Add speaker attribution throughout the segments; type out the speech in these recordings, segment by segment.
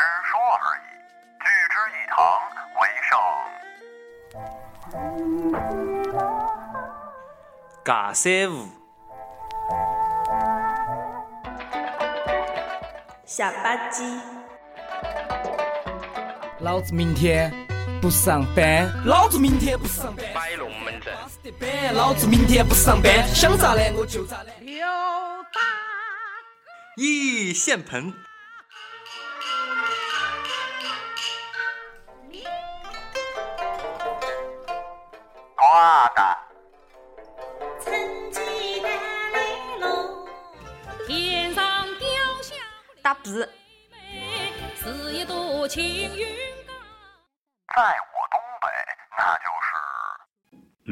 Speaker 1: 而已。聚之以堂，为上。
Speaker 2: 尬三胡，
Speaker 3: 下吧唧，
Speaker 4: 老子明天不上班，老子明天不上班，
Speaker 5: 摆龙门阵，
Speaker 4: 得板，老子明天不上班，想咋懒我就咋懒。
Speaker 2: 一线盆，
Speaker 1: 瓜的。
Speaker 6: 天上掉下
Speaker 3: 打比，
Speaker 6: 来，是一朵青云高。
Speaker 1: 在我东北，那就是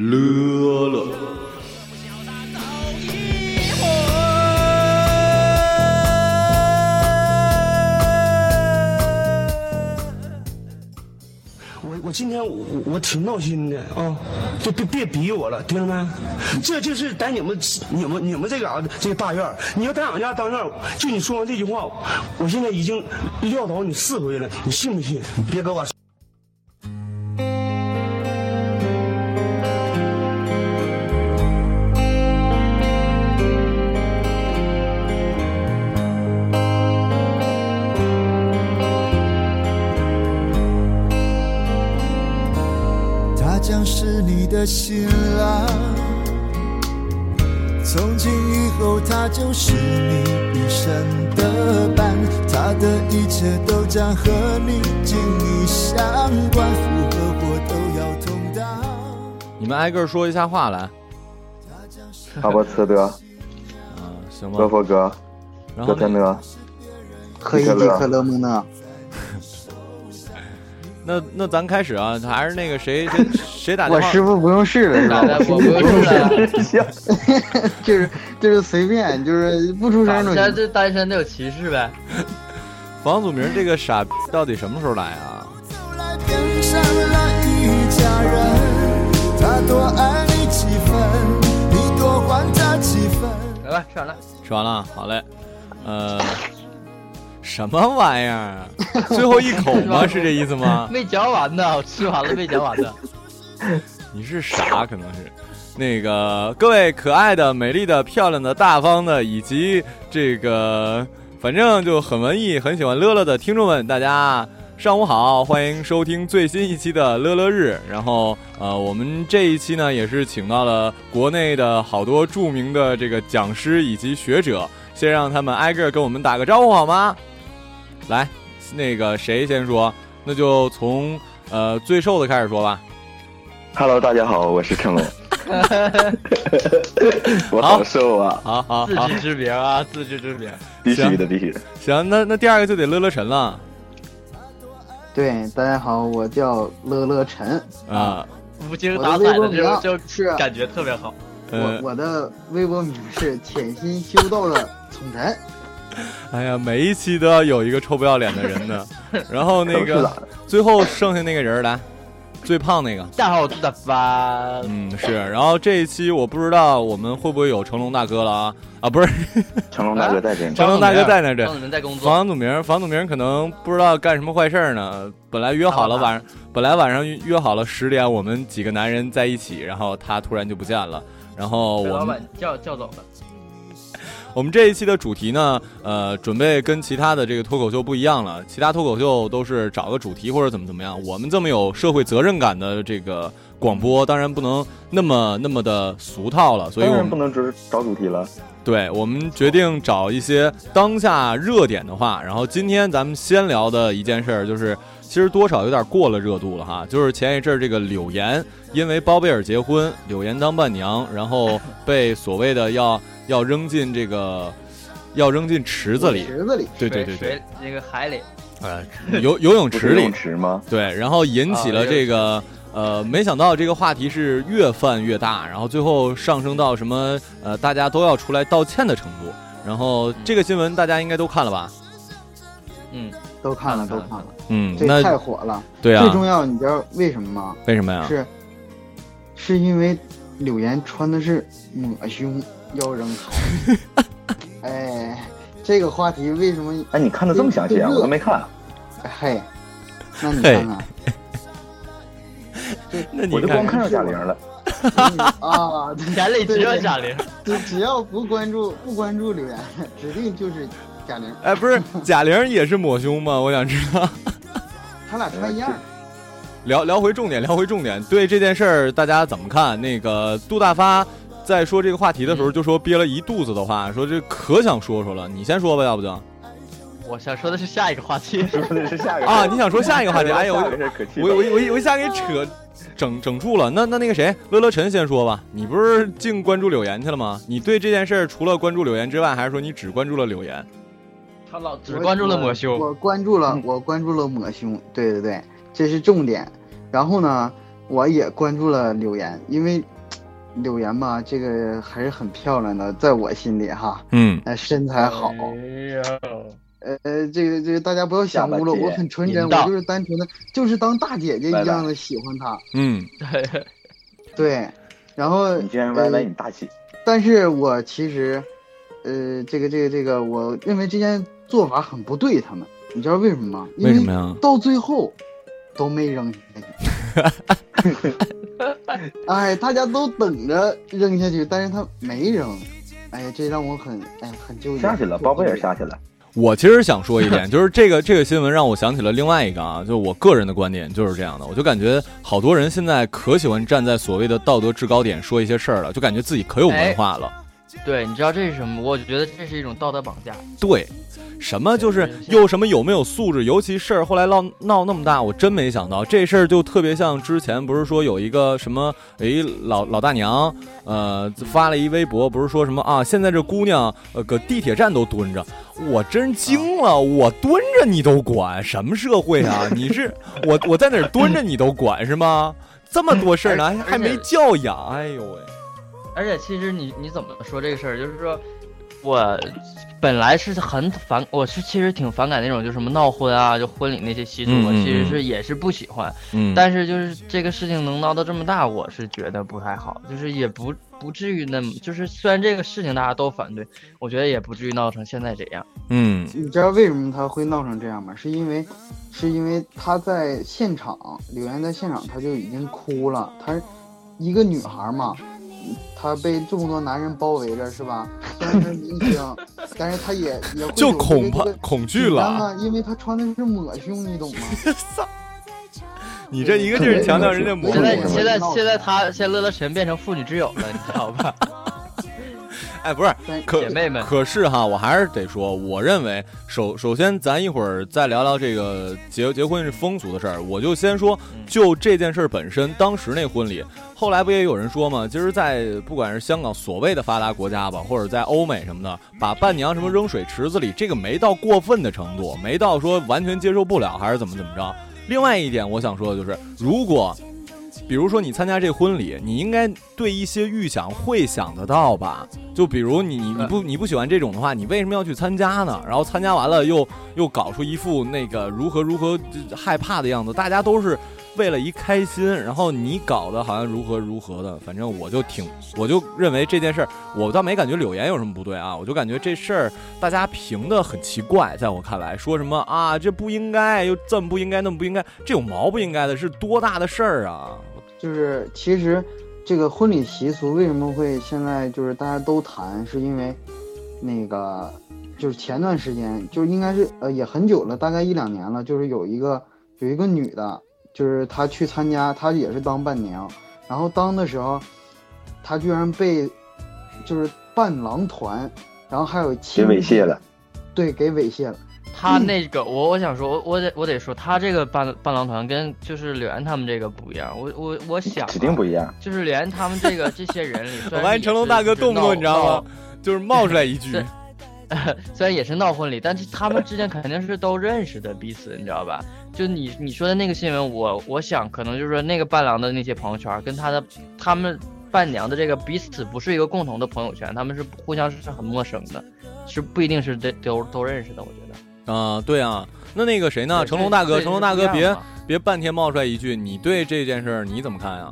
Speaker 7: 我我今天我我我挺闹心的啊、就别别逼我了，听着没？这就是在你们你们你们这嘎、达这个大院儿你要在俺家当院儿就你说完这句话，我现在已经撂倒你四回了，你信不信？你别跟我。
Speaker 8: 他将是你的新郎。从今以后，他就是你一生的伴，他的一切都将和你紧密相关，福和祸都要同当。
Speaker 9: 你们挨个说一下话来，
Speaker 10: 阿波茨德、
Speaker 9: 啊行
Speaker 10: 德
Speaker 9: 吗？
Speaker 10: 佛格、
Speaker 9: 然
Speaker 10: 德
Speaker 9: 后
Speaker 10: 克
Speaker 9: 那
Speaker 10: 呢？
Speaker 11: 喝一滴克勒木讷，
Speaker 9: 那那咱开始啊，还是那个谁谁谁打
Speaker 11: 我
Speaker 9: 电话？
Speaker 11: 师傅不用试了是吧？
Speaker 5: 我不用了，
Speaker 11: 就是就是随便，就是不出声
Speaker 5: 现
Speaker 11: 都
Speaker 5: 在
Speaker 11: 行。
Speaker 5: 这单身的有歧视呗。
Speaker 9: 房祖名这个傻逼到底什么时候来啊？
Speaker 8: 走来变成了一家人，他多爱你几分，你多还他几分。
Speaker 5: 来吧，吃完了。
Speaker 9: 吃完了，好嘞。呃，什么玩意 儿啊？最后一口吗？是这意思吗？
Speaker 5: 没嚼完呢，我吃完了没嚼完呢。
Speaker 9: 你是傻，可能是。那个各位可爱的、美丽的、漂亮的、大方的，以及这个反正就很文艺、很喜欢乐乐的听众们，大家上午好，欢迎收听最新一期的乐乐日。然后呃，我们这一期呢也是请到了国内的好多著名的这个讲师以及学者，先让他们挨个跟我们打个招呼好吗？来，那个谁先说？那就从呃最瘦的开始说吧。
Speaker 10: Hello，大家好，我是成龙。我好瘦啊！
Speaker 9: 好好
Speaker 5: 自
Speaker 9: 好，
Speaker 5: 知之明啊，自知之明。
Speaker 10: 必须的，必须的。
Speaker 9: 行，那那第二个就得乐乐晨了
Speaker 11: 对，大家好，我叫乐乐晨，
Speaker 9: 啊。
Speaker 5: 无精打采的这种就
Speaker 11: 我的微博名啊
Speaker 5: 感觉特别好。
Speaker 9: 呃
Speaker 11: 我，我的微博名是潜心修道的宠臣。
Speaker 9: 哎呀，每一期都要有一个臭不要脸的人的。然后那
Speaker 10: 都是
Speaker 9: 个
Speaker 10: 懒
Speaker 9: 最后剩下那个人儿来，最胖那个，
Speaker 5: 大家好，我是大发。
Speaker 9: 嗯是。然后这一期我不知道我们会不会有成龙大哥了啊啊，不是
Speaker 10: 成龙大哥在这呢。
Speaker 9: 成龙大哥在那儿对
Speaker 5: 帮你们在工作。
Speaker 9: 房祖名，房祖名可能不知道干什么坏事儿呢。本来约好了
Speaker 5: 干嘛
Speaker 9: 晚上，本来晚上约好了十点，我们几个男人在一起，然后他突然就不见了。然后
Speaker 5: 被
Speaker 9: 我
Speaker 5: 老
Speaker 9: 们
Speaker 5: 板叫叫走了。
Speaker 9: 我们这一期的主题呢，呃，准备跟其他的这个脱口秀不一样了。其他脱口秀都是找个主题或者怎么怎么样，我们这么有社会责任感的这个广播，当然不能那么那么的俗套了。所以
Speaker 10: 当
Speaker 9: 我
Speaker 10: 然不
Speaker 9: 们
Speaker 10: 能只找主题了。
Speaker 9: 对我们决定找一些当下热点的话。然后今天咱们先聊的一件事儿，就是其实多少有点过了热度了哈，就是前一阵儿这个柳岩因为包贝尔结婚，柳岩当伴娘，然后被所谓的要要扔进这个要扔进池子里，
Speaker 11: 池子里，
Speaker 9: 对对对对，呃
Speaker 5: 水，那个海里。
Speaker 9: 游游泳
Speaker 10: 不
Speaker 9: 池
Speaker 10: 是
Speaker 9: 里
Speaker 10: 泳，池吗？
Speaker 9: 对，然后引起
Speaker 11: 啊
Speaker 9: 了这个、呃，没想到这个话题是越泛越大，然后最后上升到什么呃，大家都要出来道歉的程度。然后
Speaker 11: 嗯
Speaker 9: 这个新闻大家应该都看了吧？
Speaker 5: 嗯，
Speaker 11: 都看了，
Speaker 5: 看
Speaker 11: 都
Speaker 5: 了
Speaker 11: 看了，
Speaker 9: 嗯，
Speaker 11: 这太
Speaker 9: 那
Speaker 11: 火了。
Speaker 9: 对
Speaker 11: 最重
Speaker 9: 啊，
Speaker 11: 要，你知道为什么吗？
Speaker 9: 为什么呀？
Speaker 11: 是，是因为柳岩穿的是抹胸腰扔头。哎，这个话题为什么？
Speaker 10: 哎，你看的这么详细啊？我都没看。
Speaker 11: 嘿，那你看看，
Speaker 9: 那
Speaker 10: 我就光看到贾玲了。
Speaker 11: 啊，
Speaker 5: 眼里只有贾玲。
Speaker 11: 只只要不关注不关注柳岩，指定就是贾玲。
Speaker 9: 哎，不是贾玲也是抹胸吗？我想知道。
Speaker 11: 他俩穿一
Speaker 10: 哎
Speaker 11: 样，
Speaker 9: 聊聊回重点，聊回重点。对这件事儿，大家怎么看？那个杜大发在说这个话题的时候，就说憋了一肚子的话，说这可想说说了。你先说吧，要不就
Speaker 5: 我想说的是下一个话题。
Speaker 10: 说的是下个
Speaker 9: 啊，你想说下一个话 题？哎呦，
Speaker 10: 下
Speaker 9: 我
Speaker 10: 个事儿可气
Speaker 9: 我我我我一下给扯整整住了。那那那个谁，乐乐晨先说吧。你不是净关注柳岩去了吗？你对这件事儿除了关注柳岩之外，还是说你只关注了柳岩？
Speaker 5: 他老只关注了抹胸。嗯
Speaker 11: 我关注了，我关注了抹胸，对对对，这是重点。然后呢，我也关注了柳岩，因为柳岩吧，这个还是很漂亮的，在我心里哈，
Speaker 9: 嗯
Speaker 11: 呃，身材好，
Speaker 5: 哎
Speaker 11: 呃呃，这个这个大家不要想污了，
Speaker 10: 大姐
Speaker 11: 我很纯真，
Speaker 5: 淫荡
Speaker 11: 我就是单纯的，就是当大姐姐一
Speaker 10: 拜拜
Speaker 11: 样的喜欢她，
Speaker 9: 嗯
Speaker 5: 对，
Speaker 11: 对。然后
Speaker 10: 你竟然歪歪
Speaker 11: 呃
Speaker 10: 你大气，
Speaker 11: 但是我其实，呃，这个这个这个，我认为这件做法很不对，他们，你知道为什么吗？因
Speaker 9: 为什么呀
Speaker 11: 到最后都没扔下去。 哎，大家都等着扔下去，但是他没扔。哎呀，这让我很哎很纠结。
Speaker 10: 下去了，包贝尔下去了，
Speaker 9: 我其实想说一点，就是这个这个新闻让我想起了另外一个啊，就是我个人的观点就是这样的，我就感觉好多人现在可喜欢站在所谓的道德制高点说一些事儿了，就感觉自己可有文化了。
Speaker 5: 对，你知道这是什么？我觉得这是一种道德绑架。
Speaker 9: 对，什么就是又什么有没有素质，尤其事儿后来闹闹那么大，我真没想到这事儿就特别像之前不是说有一个什么诶老老大娘呃发了一微博，不是说什么啊现在这姑娘呃搁地铁站都蹲着，我真惊了，我蹲着你都管，什么社会啊？你是我我在哪儿蹲着你都管是吗？这么多事儿呢，还还没教养，哎呦喂！
Speaker 5: 而且其实你你怎么说这个事儿，就是说，我本来是很反，我是其实挺反感那种就什么闹婚啊，就婚礼那些习俗，
Speaker 9: 嗯
Speaker 5: 我
Speaker 9: 嗯
Speaker 5: 其实
Speaker 9: 嗯
Speaker 5: 是也是不喜欢。
Speaker 9: 嗯
Speaker 5: 但是就是这个事情能闹到这么大，我是觉得不太好，就是也不不至于那么，就是虽然这个事情大家都反对，我觉得也不至于闹成现在这样。
Speaker 9: 嗯
Speaker 11: 你知道为什么他会闹成这样吗？是因为，是因为他在现场，柳岩在现场他就已经哭了。她一个女孩嘛，她被众多男人包围着，是吧？虽然她年轻，但是她也也会
Speaker 9: 就
Speaker 11: 有这个
Speaker 9: 恐怕
Speaker 11: 这个
Speaker 9: 恐惧了
Speaker 11: 紧张啊，因为她穿的是抹胸，你懂吗？
Speaker 9: 你这一个劲儿强调人家母
Speaker 11: 我
Speaker 5: 现在
Speaker 11: 我
Speaker 5: 现在
Speaker 11: 闹
Speaker 5: 现在他现在乐乐神变成妇女之友了，你知道吧？
Speaker 9: 哎，不是，
Speaker 11: 但
Speaker 9: 可
Speaker 5: 姐妹们
Speaker 9: 可是哈，我还是得说，我认为首首先，咱一会儿再聊聊这个结结婚是风俗的事儿。我就先说，
Speaker 5: 嗯
Speaker 9: 就这件事儿本身，当时那婚礼，后来不也有人说吗？其实，在不管是香港所谓的发达国家吧，或者在欧美什么的，把伴娘什么扔水池子里，这个没到过分的程度，没到说完全接受不了，还是怎么怎么着。另外一点，我想说的就是，如果比如说你参加这婚礼，你应该对一些预想会想得到吧？就比如你你你不你不喜欢这种的话，你为什么要去参加呢？然后参加完了又又搞出一副那个如何如何呃害怕的样子，大家都是为了一开心，然后你搞得好像如何如何的，反正我就挺我就认为这件事儿，我倒没感觉柳岩有什么不对啊，我就感觉这事儿大家评的很奇怪，在我看来，说什么啊这不应该，又这么不应该，那么不应该，这有毛不应该的是多大的事儿啊！
Speaker 11: 就是其实这个婚礼习俗为什么会现在就是大家都谈，是因为那个就是前段时间就是应该是呃也很久了，大概一两年了，就是有一个有一个女的，就是她去参加，她也是当伴娘，然后当的时候，她居然被就是伴郎团，然后还有
Speaker 10: 别
Speaker 11: 亲
Speaker 10: 猥亵了。
Speaker 11: 对给猥亵了，
Speaker 5: 他那个，我我想说，我我得我得说，他这个伴伴郎团跟就是柳岩他们这个不一样。我我我想、啊，
Speaker 10: 指定不一样。
Speaker 5: 就是柳岩他们这个 这些人 里，虽
Speaker 9: 我
Speaker 5: 然
Speaker 9: 发现
Speaker 5: 也
Speaker 9: 成龙
Speaker 5: 是
Speaker 9: 大哥
Speaker 5: 就
Speaker 9: 动不
Speaker 5: 闹
Speaker 9: 动你知道吗
Speaker 5: 闹？
Speaker 9: 就是冒出来一句
Speaker 5: 对，虽然也是闹婚礼，但是他们之间肯定是都认识的彼此，你知道吧？就你你说的那个新闻，我我想可能就是说那个伴郎的那些朋友圈跟他的他们伴娘的这个彼此不是一个共同的朋友圈，他们是互相是很陌生的，是不一定是这都都认识的，我觉得。
Speaker 9: 啊、对啊，那那个谁呢？
Speaker 5: 对
Speaker 9: 成龙大哥，
Speaker 5: 对
Speaker 9: 成龙大
Speaker 5: 这
Speaker 9: 哥
Speaker 5: 是不一
Speaker 9: 别
Speaker 5: 样嘛
Speaker 9: 啊别半天冒出来一句，你对这件事儿你怎么看呀、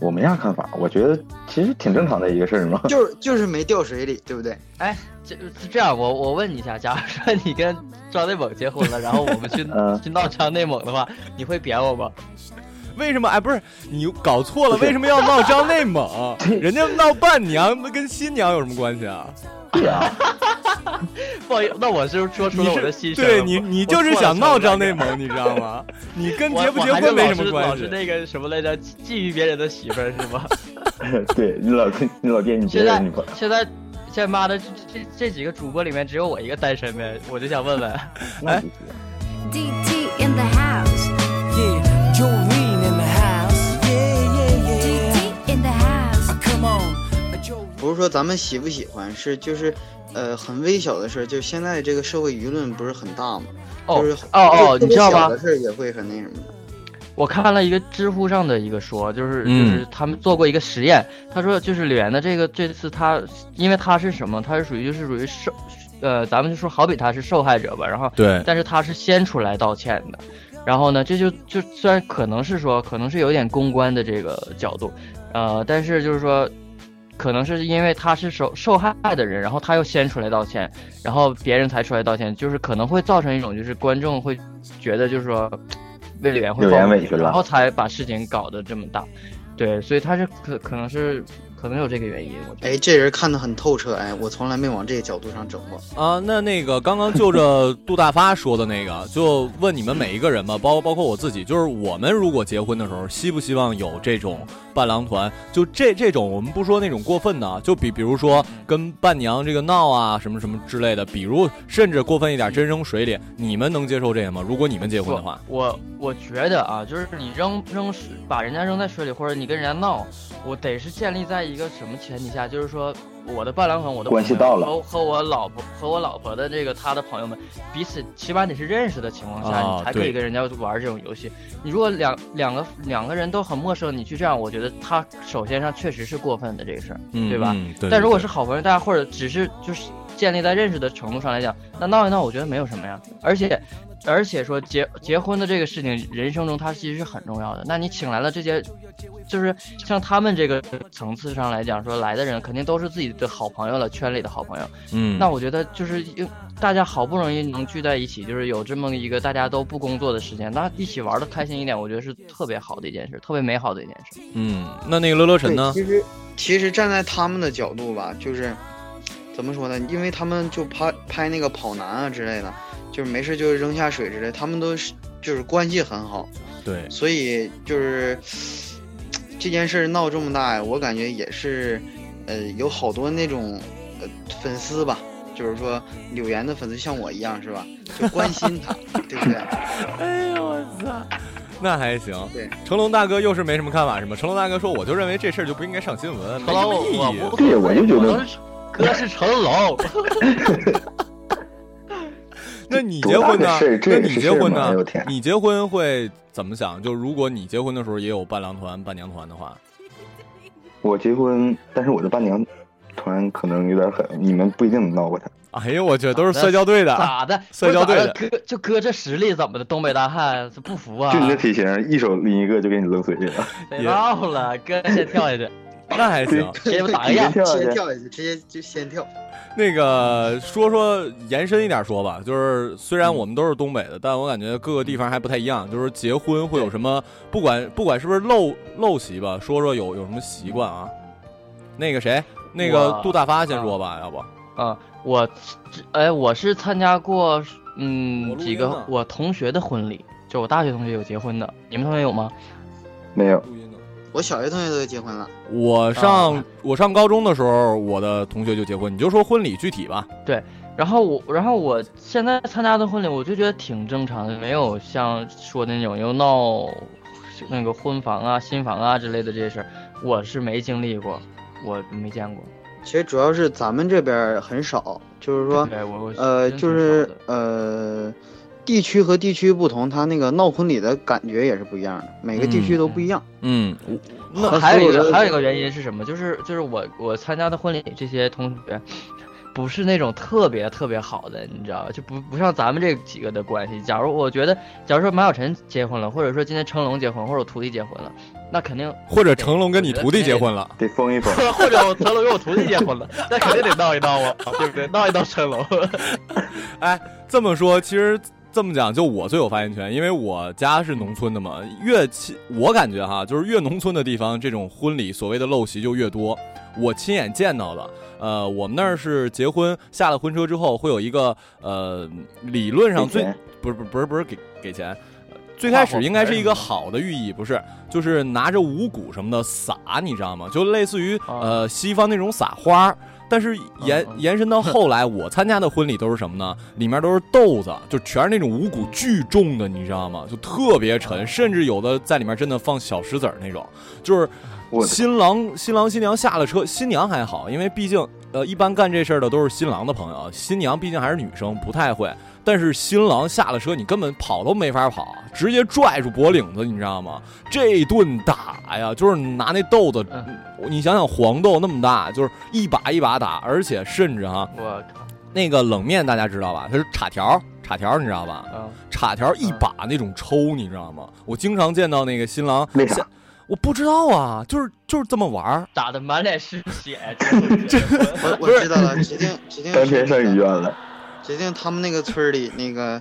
Speaker 10: 我没啥看法，我觉得其实挺正常的一个事儿嘛。
Speaker 11: 就是就是没掉水里，对不对？
Speaker 5: 哎，这这样，我我问你一下，假如说你跟张内蒙结婚了，然后我们 去
Speaker 10: 嗯
Speaker 5: 去闹张内蒙的话，你会扁我吗？
Speaker 9: 为什么？哎，不是你搞错了，为什么要闹张 内蒙？人家闹伴娘，那跟新娘有什么关系啊？
Speaker 10: 对啊，
Speaker 5: 不好意思，那我是说出了我的
Speaker 9: 你
Speaker 5: 心
Speaker 9: 是
Speaker 5: 声。
Speaker 9: 对你，你就是想闹张内
Speaker 5: 内
Speaker 9: 蒙，你知 道吗？你跟
Speaker 5: 我
Speaker 9: 结不结
Speaker 5: 我还是
Speaker 9: 婚没什么
Speaker 5: 老
Speaker 9: 关
Speaker 5: 是
Speaker 9: 系。
Speaker 5: 那个什么来着，觊觎别人的媳妇儿是吗？
Speaker 10: 对你老你老惦记别
Speaker 5: 现在
Speaker 10: 人，你不
Speaker 5: 现在现在妈的，这这这几个主播里面只有我一个单身呗，我就想问问，
Speaker 10: 哎，
Speaker 12: DT in the house.
Speaker 4: Yeah, Jolene in the house. Yeah, yeah, yeah.
Speaker 12: DT in the house.
Speaker 4: Ah, come on.
Speaker 11: 不是说咱们喜不喜欢，是就是，呃，很微小的事儿，就是现在这个社会舆论不是很大嘛，
Speaker 5: 哦
Speaker 11: 就是
Speaker 5: 哦哦
Speaker 11: 就
Speaker 5: 你知道吗
Speaker 11: 特别小的事儿也会很那什么的。
Speaker 5: 我看了一个知乎上的一个说，就是就
Speaker 9: 嗯
Speaker 5: 是他们做过一个实验，他说就是李岩的这个这次他，因为他是什么，他是属于就是属于受，呃，咱们就说好比他是受害者吧，然后
Speaker 9: 对
Speaker 5: 但是他是先出来道歉的，然后呢，这就就虽然可能是说可能是有点公关的这个角度，呃，但是就是说。可能是因为他是受受害的人，然后他又先出来道歉，然后别人才出来道歉，就是可能会造成一种就是观众会觉得就是说为李岩会
Speaker 10: 有点
Speaker 5: 抱
Speaker 10: 委屈了
Speaker 5: 然
Speaker 9: 哦
Speaker 5: 后才把事情搞得这么大。对，所以他是可可能是可能有这个原因，我觉
Speaker 11: 哎，这人看得很透彻，哎，我从来没往这个角度上整过。
Speaker 9: 啊，那那个刚刚就着杜大发说的那个，就问你们每一个人吧，包包括我自己，就是我们如果结婚的时候，希不希望有这种伴郎团？就这这种，我们不说那种过分的啊，就比比如说跟伴娘这个闹啊，什么什么之类的，比如甚至过分一点，真扔水里，你们能接受这个吗？如果你们结婚的话，
Speaker 5: 我我觉得啊，就是你扔扔水，把人家扔在水里，或者你跟人家闹，我得是建立在一个什么前提下？就是说，我的伴郎团，我的
Speaker 10: 关系
Speaker 5: 朋友
Speaker 10: 到了
Speaker 5: 和和我老婆和我老婆的这个她的朋友们，彼此起码得是认识的情况下，
Speaker 9: 啊
Speaker 5: 你才可
Speaker 9: 对
Speaker 5: 以跟人家玩这种游戏。你如果两两个两个人都很陌生，你去这样，我觉得他首先上确实是过分的这个事儿，
Speaker 9: 嗯
Speaker 5: 对吧？
Speaker 9: 嗯对
Speaker 5: 但如果
Speaker 9: 对
Speaker 5: 是好朋友，大家或者只是就是建立在认识的程度上来讲，那闹一闹，我觉得没有什么呀。而且，而且说结结婚的这个事情，人生中它其实是很重要的。那你请来了这些，就是像他们这个层次上来讲，说来的人肯定都是自己的好朋友了，圈里的好朋友。
Speaker 9: 嗯
Speaker 5: 那我觉得就是因大家好不容易能聚在一起，就是有这么一个大家都不工作的时间，那一起玩的开心一点，我觉得是特别好的一件事，特别美好的一件事。
Speaker 9: 嗯，那那个乐乐神
Speaker 11: 对，
Speaker 9: 呢？
Speaker 11: 其实其实站在他们的角度吧，就是怎么说呢？因为他们就拍拍那个跑男啊之类的，就是没事就扔下水之类，他们都是就是关系很好，
Speaker 9: 对，
Speaker 11: 所以就是这件事儿闹这么大呀，我感觉也是，呃，有好多那种呃粉丝吧，就是说柳岩的粉丝像我一样是吧？就关心他，对不对？
Speaker 9: 哎那还行。
Speaker 11: 对，
Speaker 9: 成龙大哥又是没什么看法是吗？成龙大哥说，我就认为这事儿就不应该上 新闻，没
Speaker 5: 成
Speaker 9: 什
Speaker 5: 龙，
Speaker 9: 么意
Speaker 5: 我
Speaker 9: 义。
Speaker 5: 不
Speaker 10: 对我就觉得
Speaker 5: 都是哥是成龙。
Speaker 9: 那你
Speaker 10: 多
Speaker 9: 结
Speaker 10: 大
Speaker 9: 婚
Speaker 10: 的
Speaker 9: 呢
Speaker 10: 事儿？这
Speaker 9: 那
Speaker 10: 也
Speaker 9: 你
Speaker 10: 是
Speaker 9: 结
Speaker 10: 事儿
Speaker 9: 婚
Speaker 10: 嘛
Speaker 9: 呢
Speaker 10: 哎呦天？
Speaker 9: 你结婚会怎么想？就如果你结婚的时候也有伴郎团、伴娘团的话，
Speaker 10: 我结婚，但是我的伴娘团可能有点狠，你们不一定能闹过他。
Speaker 9: 哎呦我去，都是摔跤队的啊，
Speaker 5: 咋 的？
Speaker 9: 摔跤队的
Speaker 5: 不是咋哥就哥这实力怎么的？东北大汉这不服啊？
Speaker 10: 就你那体型，一手拎一个就给你扔水里 了。
Speaker 5: 别闹了，哥先跳下去，
Speaker 9: 那还行。
Speaker 5: 给你们打个样
Speaker 10: 直。接跳下
Speaker 11: 直接
Speaker 10: 去。
Speaker 11: 跳下去，直接就先跳。
Speaker 9: 那个说说延伸一点说吧，就是虽然我们都是东北的，但我感觉各个地方还不太一样。就是结婚会有什么，不管不管是不是陋陋习吧，说说有有什么习惯啊？那个谁，那个
Speaker 5: 我
Speaker 9: 杜大发先说吧，要不？
Speaker 5: 啊，我，哎，我是参加过，
Speaker 9: 我
Speaker 5: 嗯，
Speaker 9: 录
Speaker 5: 几
Speaker 9: 音呢
Speaker 5: 个我同学的婚礼，就我大学同学有结婚的，你们同学有吗？
Speaker 10: 没有，
Speaker 11: 我小学同学都结婚了，
Speaker 9: 我上、
Speaker 5: 啊
Speaker 9: 我上高中的时候，我的同学就结婚，你就说婚礼具体吧。
Speaker 5: 然后我，然后我现在参加的婚礼，我就觉得挺正常的，没有像说的那种又闹那个婚房啊、新房啊之类的这些事儿，我是没经历过，我没见过。
Speaker 11: 其实主要是咱们这边儿很少，就是说。
Speaker 5: 对，我我
Speaker 11: 呃，
Speaker 5: 真
Speaker 11: 就
Speaker 5: 挺
Speaker 11: 是
Speaker 5: 少的
Speaker 11: 呃，地区和地区不同，他那个闹婚礼的感觉也是不一样的，每个地区都不一样。
Speaker 9: 嗯，
Speaker 11: 和
Speaker 5: 还有一
Speaker 11: 所有
Speaker 5: 个
Speaker 11: 的
Speaker 5: 还有一个原因是什么？就是就是我我参加的婚礼这些同学，不是那种特别特别好的，你知道吧？就不不像咱们这几个的关系。假如我觉得，假如说马小晨结婚了，或者说今天成龙结婚，或者我徒弟结婚了，那肯定
Speaker 9: 或者成龙跟你徒弟结婚了，
Speaker 10: 得封一封
Speaker 5: 或者我成龙跟我徒弟结婚了，那肯定得闹一闹啊，对不对？闹一闹成龙。
Speaker 9: 哎，这么说，其实这么讲，就我最有发言权，因为我家是农村的嘛。越亲，我感觉哈，就是越农村的地方，这种婚礼所谓的陋习就越多。我亲眼见到的，呃，我们那儿是结婚下了婚车之后，会有一个呃，理论上最
Speaker 10: 给钱哎
Speaker 9: 不是不是不是不是给给钱。呃最开始应该是一个好的寓意，不是，就是拿着五谷什么的撒，你知道吗？就类似于
Speaker 10: 啊
Speaker 9: 呃西方那种撒花儿，但是
Speaker 10: 嗯
Speaker 9: 延延伸到后来，我参加的婚礼都是什么呢？ 里面都是豆子，就全是那种五谷巨重的，你知道吗？就特别
Speaker 10: 嗯
Speaker 9: 沉，甚至有的在里面真的放小石子儿那种，就是
Speaker 10: 我的
Speaker 9: 新郎新郎新娘下了车，新娘还好，因为毕竟呃一般干这事儿的都是新郎的朋友，新娘毕竟还是女生，不太会。但是新郎下了车，你根本跑都没法跑，直接拽住脖领子，你知道吗？这一顿打呀，就是拿那豆子，你想想黄豆那么大，就是一把一把打，而且甚至哈，
Speaker 5: 我靠，
Speaker 9: 那个冷面大家知道吧？它是叉条，叉条你知道吧？
Speaker 5: 嗯
Speaker 9: 叉条一把那种抽，你知道吗？我经常见到那个新郎
Speaker 10: 为啥？
Speaker 9: 我不知道啊，就是就是这么玩儿。
Speaker 5: 打的满脸是血，
Speaker 11: 我我知道了，指定指定
Speaker 10: 当天上医院了。
Speaker 11: 指定他们那个村儿里那个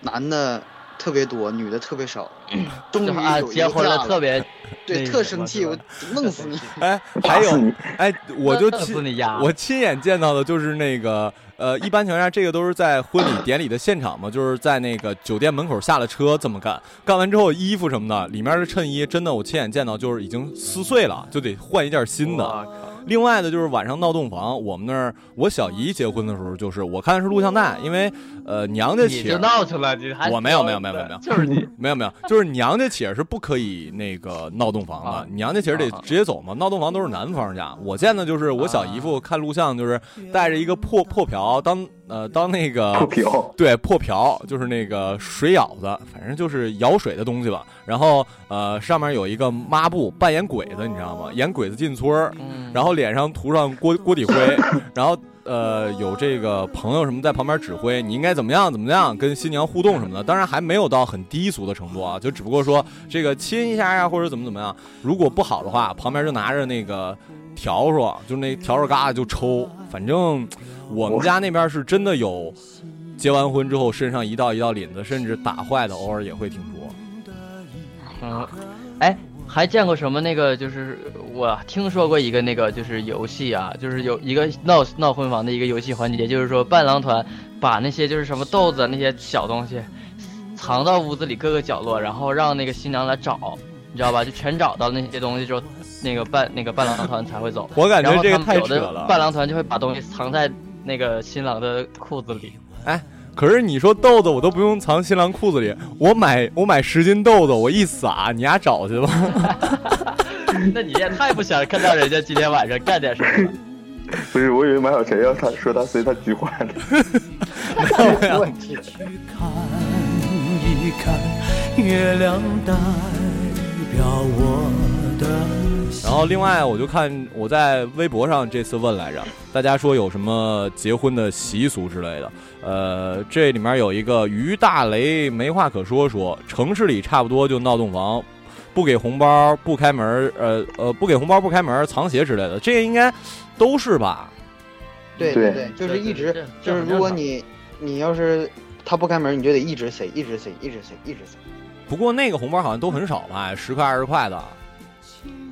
Speaker 11: 男的特别多，女的特别少，
Speaker 10: 嗯
Speaker 11: 终于
Speaker 5: 就啊
Speaker 11: 有一个
Speaker 5: 结婚了
Speaker 11: 嫁
Speaker 5: 特别
Speaker 11: 对，
Speaker 5: 那
Speaker 11: 特
Speaker 5: 什
Speaker 11: 生
Speaker 5: 么
Speaker 11: 气，我弄 死你！
Speaker 9: 哎，还
Speaker 10: 打死
Speaker 9: 有
Speaker 10: 你，
Speaker 9: 哎，我就
Speaker 5: 弄死
Speaker 9: 亲
Speaker 5: 你呀
Speaker 9: 我亲眼见到的就是那个，呃，一般情况下，这个都是在婚礼典礼的现场嘛，就是在那个酒店门口下了车这么干，干完之后衣服什么的，里面的衬衣真的我亲眼见到就是已经撕碎了，就得换一件新的。另外呢，就是晚上闹洞房，我们那儿我小姨结婚的时候，就是我看的是录像带，因为呃娘家
Speaker 5: 你
Speaker 9: 起
Speaker 5: 就闹出来，你还
Speaker 9: 我没有没有没有没有没有
Speaker 5: 就是你
Speaker 9: 没有没有，就是娘家且是不可以那个闹洞房的，
Speaker 5: 啊
Speaker 9: 娘家且是得直接走嘛。闹洞房都是男方家，我见的就是我小姨夫看录像，就是带着一个破破瓢当呃当那个
Speaker 10: 破瓢
Speaker 9: 对破瓢就是那个水舀子，反正就是舀水的东西吧。然后呃上面有一个抹布扮演鬼子，你知道吗？演鬼子进村儿，然后脸上涂上锅锅底 灰，然后。呃，有这个朋友什么在旁边指挥，你应该怎么样怎么样跟新娘互动什么的，当然还没有到很低俗的程度啊，就只不过说这个亲一下呀、或者怎么怎么样，如果不好的话，旁边就拿着那个笤帚，就那笤帚嘎就抽，反正我们家那边是真的有，结完婚之后身上一道一道领子，甚至打坏的偶尔也会听说。。
Speaker 5: 嗯，哎，还见过什么那个？就是我听说过一个那个就是游戏啊，就是有一个闹闹婚房的一个游戏环节，就是说伴郎团把那些就是什么豆子啊那些小东西藏到屋子里各个角落，然后让那个新娘来找。你知道吧？就全找到那些东西之后，那个伴那个伴郎团才会走
Speaker 9: 我感觉
Speaker 5: 然后
Speaker 9: 哎这
Speaker 5: 他
Speaker 9: 个
Speaker 5: 们
Speaker 9: 太
Speaker 5: 有的
Speaker 9: 扯了
Speaker 5: 伴郎团就会把东西藏在那个新郎的裤子里。
Speaker 9: 哎，可是你说豆子我都不用藏新郎裤子里，我买我买十斤豆子，我一撒，你丫找去吧。
Speaker 5: 那你也太不想看到人家今天晚上干点什么了。
Speaker 10: 不是，我以为马小晨要他说他随他菊花呢。
Speaker 13: 一看，月亮代表我的
Speaker 9: 然后另外，我就看我在微博上这次问来着，大家说有什么结婚的习俗之类的。呃，这里面有一个于大雷没话可说说，城市里差不多就闹洞房，不给红包，不开门，呃呃，不给红包，不开门，藏鞋之类的，这个应该都是吧？
Speaker 11: 对
Speaker 9: 对
Speaker 11: 对，就是一直
Speaker 5: 这
Speaker 11: 就是
Speaker 5: 很
Speaker 11: 如果
Speaker 5: 正常
Speaker 11: 你你要是他不开门，你就得一直塞，一直塞，一直塞，一直塞。
Speaker 9: 不过那个红包好像都很少吧，十块二十块的。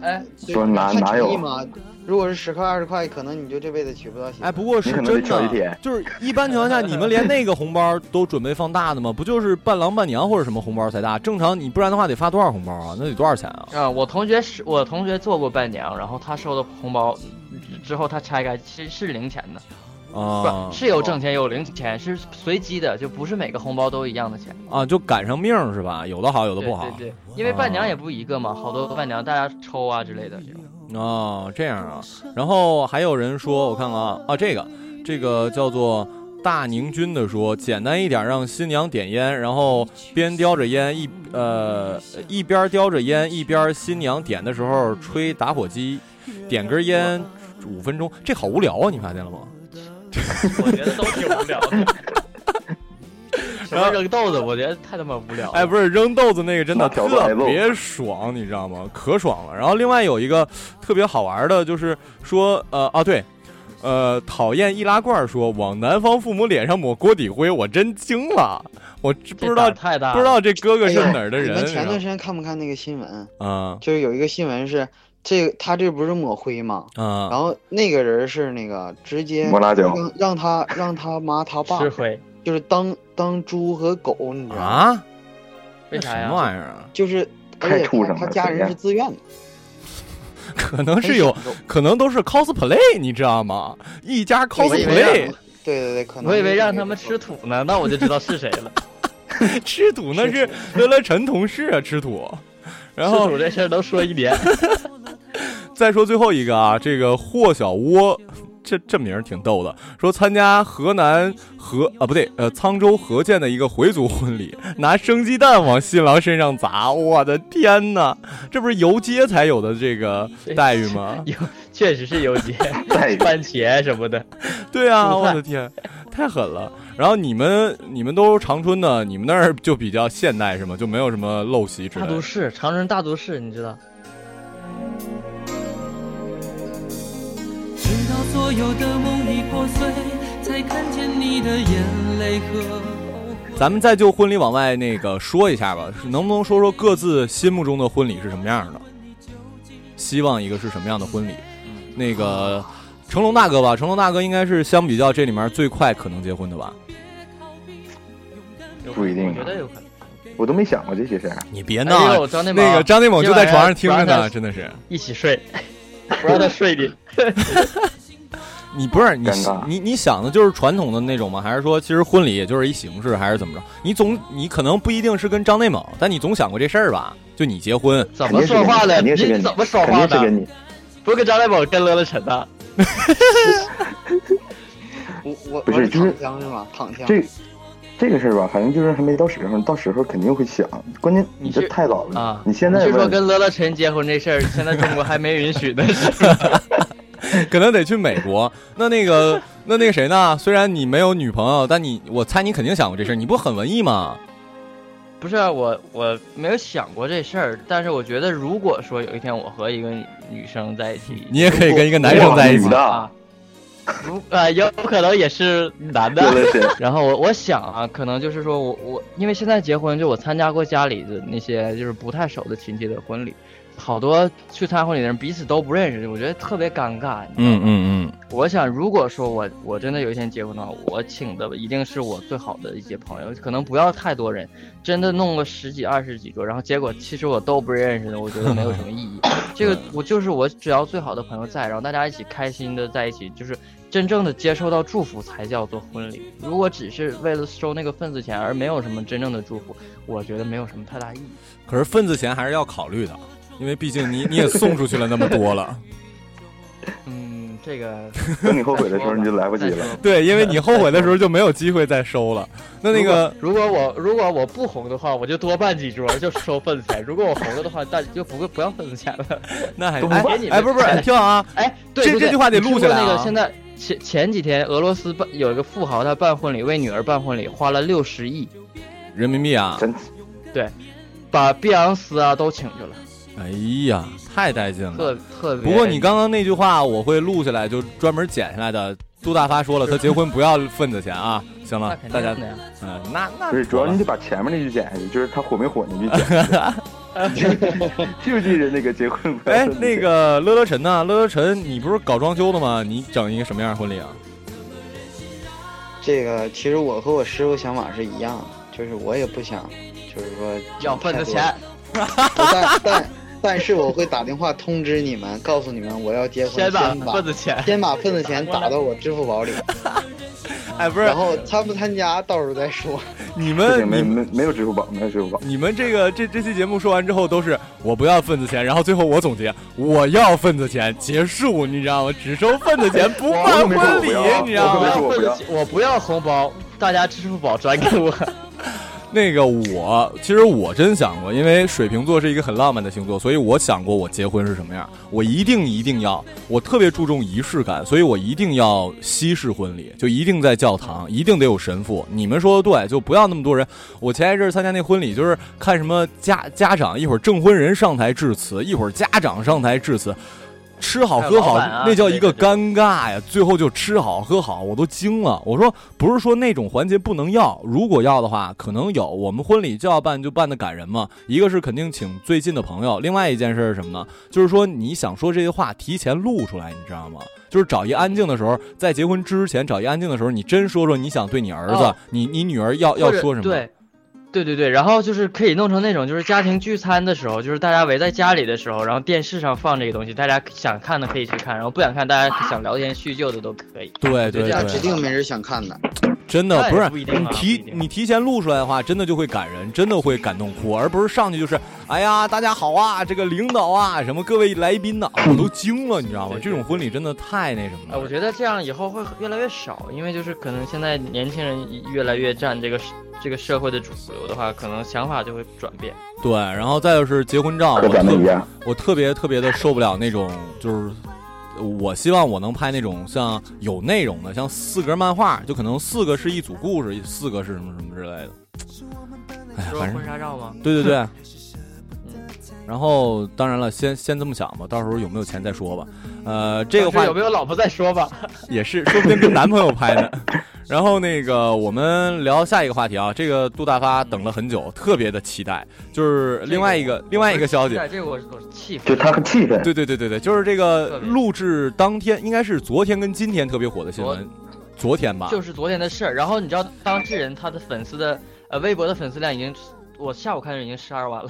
Speaker 5: 哎，
Speaker 10: 说哪
Speaker 11: 看
Speaker 10: 哪
Speaker 11: 诚意
Speaker 10: 有？
Speaker 11: 嘛？如果是十块二十块，可能你就这辈子娶不到媳妇。
Speaker 9: 哎，不过是
Speaker 10: 你可能
Speaker 9: 真
Speaker 10: 得挑一天
Speaker 9: 的，就是一般情况下，你们连那个红包都准备放大的吗？不就是伴郎伴娘或者什么红包才大？正常你不然的话得发多少红包啊？那得多少钱啊？
Speaker 5: 啊，我同学是我同学做过伴娘，然后他收的红包之后，他拆开是是零钱的，
Speaker 9: 啊
Speaker 5: 不是有挣钱有零钱，是随机的，就不是每个红包都一样的钱。
Speaker 9: 啊，就赶上命儿是吧？有的好，有的不好。啊
Speaker 5: 对对对，因为伴娘也不一个嘛，好多伴娘大家抽啊之类的这种。
Speaker 9: 哦，这样啊。然后还有人说，我看看啊，啊，这个这个叫做大宁军的说，简单一点，让新娘点烟，然后边叼着烟一呃一边叼着烟一边新娘点的时候吹打火机，点根烟五分钟，这好无聊啊，你发现了吗？
Speaker 5: 我觉得都挺无聊 的。什么扔豆子，我觉得太他妈无聊了。
Speaker 9: 哎，不是扔豆子那个真的
Speaker 5: 条子挨
Speaker 9: 特
Speaker 5: 揍
Speaker 9: 别爽，你知道吗？可爽了。然后另外有一个特别好玩的，就是说，呃，啊对，呃，讨厌易拉罐说往南方父母脸上抹锅底灰，我真惊了，我这不知道
Speaker 5: 胆儿太大了啊
Speaker 9: 不知道这哥哥是
Speaker 11: 哎呦
Speaker 9: 哪儿的人
Speaker 11: 你们
Speaker 9: 你知道
Speaker 11: 前
Speaker 9: 吗
Speaker 11: 段时间看没看那个新闻？
Speaker 9: 啊
Speaker 11: 就是有一个新闻是，这他这不是抹灰吗？
Speaker 9: 啊，
Speaker 11: 然后那个人是那个直接
Speaker 9: 抹辣椒
Speaker 11: 让让他让他妈他爸
Speaker 5: 吃灰，
Speaker 11: 就是当当猪和狗，你知道吗？
Speaker 9: 啊？
Speaker 5: 为啥呀？
Speaker 9: 什么玩意儿啊？
Speaker 11: 就是而
Speaker 9: 太
Speaker 11: 且
Speaker 9: 畜
Speaker 11: 他
Speaker 9: 生
Speaker 11: 他
Speaker 9: 了
Speaker 11: 家
Speaker 9: 谁
Speaker 11: 人
Speaker 9: 呀
Speaker 11: 是自愿的，
Speaker 9: 可能是有，可能都是 cosplay，你知道吗？一家
Speaker 5: 我以为
Speaker 9: cosplay
Speaker 5: 让
Speaker 11: 对对对，可能
Speaker 5: 我以为
Speaker 11: 是
Speaker 5: 让他们吃土呢，那我就知道是谁了。
Speaker 9: 吃土那是乐乐陈同事啊，吃土。然后
Speaker 5: 吃土这事儿能说一年。
Speaker 9: 再说最后一个啊，这个霍小窝，这这名儿挺逗的，说参加河南河啊不对，呃沧州河间的一个回族婚礼，拿生鸡蛋往新郎身上砸，我的天哪，这不是游街才有的这个 待遇吗？
Speaker 5: 有，确实是有节 番茄什么的。
Speaker 9: 对啊，
Speaker 5: 蔬菜
Speaker 9: 我的天，太狠了。然后你们你们都是长春的，你们那儿就比较现代是吗？就没有什么陋习之 类
Speaker 5: 大
Speaker 9: 的。
Speaker 5: 都市，长春大都市，你知道？
Speaker 13: 直到所有的梦已破碎，才看见你的眼泪和。
Speaker 9: 咱们再就婚礼往外那个说一下吧，是能不能说说各自心目中的婚礼是什么样的？希望一个是什么样的婚礼？那个成龙大哥吧，成龙大哥应该是相比较这里面最快可能结婚的吧？
Speaker 10: 不一定啊，我都没想过这些事儿。
Speaker 9: 你别闹啊哎呦张内蒙那个张内蒙就在床上听着呢今晚上真的是
Speaker 5: 一起睡， 不让他睡你。
Speaker 9: 你不是你
Speaker 10: 尴尬
Speaker 9: 你你想的就是传统的那种吗？还是说其实婚礼也就是一形式，还是怎么着？你总你可能不一定是跟张内蒙，但你总想过这事儿吧？就你结婚
Speaker 5: 怎么说话的？
Speaker 9: 肯定
Speaker 5: 你
Speaker 9: 是跟你
Speaker 5: 怎么说话
Speaker 9: 肯定
Speaker 5: 的？啊
Speaker 9: 是跟你
Speaker 5: 不是跟张大宝，跟乐乐陈呐。
Speaker 11: 我我
Speaker 10: 不
Speaker 11: 我
Speaker 10: 是就是
Speaker 11: 躺枪是吗？躺枪。
Speaker 10: 这这个事儿吧，反正就是还没到时候，到时候肯定会想。关键你这
Speaker 5: 是
Speaker 10: 太早了，
Speaker 5: 啊
Speaker 10: 你现在
Speaker 5: 你是说
Speaker 10: 问
Speaker 5: 跟乐乐陈结婚这事儿，现在中国还没允许呢？ 是吧
Speaker 9: 可能得去美国。那那个那那个谁呢？虽然你没有女朋友，但你我猜你肯定想过这事儿。你不很文艺吗？
Speaker 5: 不是啊我，我没有想过这事儿，但是我觉得，如果说有一天我和一个女女生在一起，
Speaker 9: 你也可以跟一个男生在一起
Speaker 5: 啊。如啊，有可能也是男的。然后我我想啊，可能就是说我我因为现在结婚，就我参加过家里的那些就是不太熟的亲戚的婚礼，好多去参加婚礼的人彼此都不认识，我觉得特别尴尬。
Speaker 9: 嗯嗯
Speaker 5: 我想，如果说我我真的有一天结婚的话，我请的一定是我最好的一些朋友，可能不要太多人，真的弄个十几二十几桌，然后结果其实我都不认识的，我觉得没有什么意 义。这个我就是我只要最好的朋友在，然后大家一起开心的在一起，就是真正的接受到祝福才叫做婚礼。如果只是为了收那个份子钱而没有什么真正的祝福，我觉得没有什么太大意义。
Speaker 9: 可是份子钱还是要考虑的，因为毕竟你你也送出去了那么多了。
Speaker 5: 嗯，这个
Speaker 10: 等你 后悔的时候，你就来不及
Speaker 5: 啊
Speaker 10: 了。
Speaker 9: 对，因为你后悔的时候就没有机会再收了。那那个
Speaker 5: 如果如果我如果我不红的话，我就多办几桌，就收份子钱；如果我红了的话，大家就不会不要份子钱了。
Speaker 9: 那还
Speaker 5: 哎
Speaker 9: 哎哎不是不是，听好啊，
Speaker 5: 哎，对
Speaker 9: 这
Speaker 5: 对
Speaker 9: 这
Speaker 5: 对
Speaker 9: 句话得
Speaker 5: 你
Speaker 9: 录
Speaker 5: 听
Speaker 9: 下
Speaker 5: 过
Speaker 9: 来啊
Speaker 5: 那个现在前前几天俄罗斯办有一个富豪，他办婚礼，为女儿办婚礼花了六十亿，
Speaker 9: 人民币啊，
Speaker 10: 真
Speaker 5: 对，把碧昂斯啊都请去了，
Speaker 9: 哎呀，太带劲了。
Speaker 5: 特特别。
Speaker 9: 不过你刚刚那句话我会录下来，就专门剪下来的。杜大发说了，他结婚不要份子钱啊，行了，大家，嗯，那那
Speaker 10: 不是，主要你得把前面那句剪下去，就是他火没火那句剪下 去。记不记得那个结婚？
Speaker 9: 哎，那个乐乐晨呐、乐乐晨，你不是搞装修的吗？你整一个什么样的婚礼啊？
Speaker 11: 这个其实我和我师傅想法是一样的，就是我也不想，就是说
Speaker 5: 要份子钱。
Speaker 11: 但 但但是我会打电话通知你们，告诉你们我要结婚，
Speaker 5: 先
Speaker 11: 先
Speaker 5: 把
Speaker 11: 把
Speaker 5: 份子钱
Speaker 11: 先把份子钱打到我支付宝里。
Speaker 9: 哎，不是，
Speaker 11: 然后参不参加到时候再说。
Speaker 9: 你
Speaker 10: 不
Speaker 9: 们
Speaker 10: 行没
Speaker 9: 你
Speaker 10: 没没有支付宝，没有支付宝。
Speaker 9: 你们这个这这期节目说完之后都是我不要份子钱，然后最后我总结我要份子钱，结束，你知道吗？只收份子钱不办婚礼，你知道吗？
Speaker 5: 我不要份子钱，我不要红包，大家支付宝转给我。
Speaker 9: 那个我其实我真想过，因为水瓶座是一个很浪漫的星座，所以我想过我结婚是什么样，我一定一定要，我特别注重仪式感，所以我一定要西式婚礼，就一定在教堂，一定得有神父。你们说的对，就不要那么多人。我前一阵儿参加那婚礼，就是看什么家家长一会儿证婚人上台致辞，一会儿家长上台致辞。吃好喝好，
Speaker 5: 还有老板啊
Speaker 9: 那叫一个尴尬呀！最后就吃好喝好，我都惊了。我说不是说那种环节不能要，如果要的话，可能有。我们婚礼就要办，就办的感人嘛。一个是肯定请最近的朋友，另外一件事是什么呢？就是说你想说这些话，提前录出来，你知道吗？就是找一安静的时候，在结婚之前找一安静的时候，你真说说你想对你儿子、
Speaker 5: 哦
Speaker 9: 你你女儿要要
Speaker 5: 或者
Speaker 9: 说什么。
Speaker 5: 对，对对对，然后就是可以弄成那种，就是家庭聚餐的时候，就是大家围在家里的时候，然后电视上放这个东西，大家想看的可以去看，然后不想看，大家想聊天叙旧的都可以。
Speaker 9: 对对
Speaker 11: 这样
Speaker 9: 对
Speaker 11: 指定没人想看的。
Speaker 9: 真的
Speaker 5: 那也
Speaker 9: 不是
Speaker 5: 不一定啊
Speaker 9: 你提你提前录出来的话，真的就会感人，真的会感动哭，而不是上去就是哎呀大家好啊，这个领导啊，什么各位来宾呐、我都惊了，你知道吗？这种婚礼真的太那什么
Speaker 5: 哎，
Speaker 9: 了。
Speaker 5: 我觉得这样以后会越来越少，因为就是可能现在年轻人越来越占这个社这个社会的主流的话，可能想法就会转变。
Speaker 9: 对，然后再就是结婚照，我
Speaker 10: 和咱们一
Speaker 9: 特
Speaker 10: 样
Speaker 9: 我特别特别的受不了那种，就是我希望我能拍那种像有内容的，像四格漫画，就可能四个是一组故事，四个是什么什么之类的。哎呀，
Speaker 5: 说
Speaker 9: 反正
Speaker 5: 婚纱照吗
Speaker 9: 对对 对。然后，当然了，先先这么想吧，到时候有没有钱再说吧。呃，这个
Speaker 5: 当时
Speaker 9: 话
Speaker 5: 嗯有没有老婆再说吧？
Speaker 9: 也是，说不定跟男朋友拍呢。 然后那个，我们聊下一个话题啊，这个杜大发等了很久，特别的期待，就是 另外一个另外一个小姐，
Speaker 5: 这个我我气
Speaker 10: 就他很气愤。
Speaker 9: 对对对对对，就是这个录制当天，应该是昨天跟今天特别火的新闻，昨天吧，
Speaker 5: 就是昨天的事儿。然后你知道当事人他的粉丝的呃微博的粉丝量已经，我下午看着已经十二万了。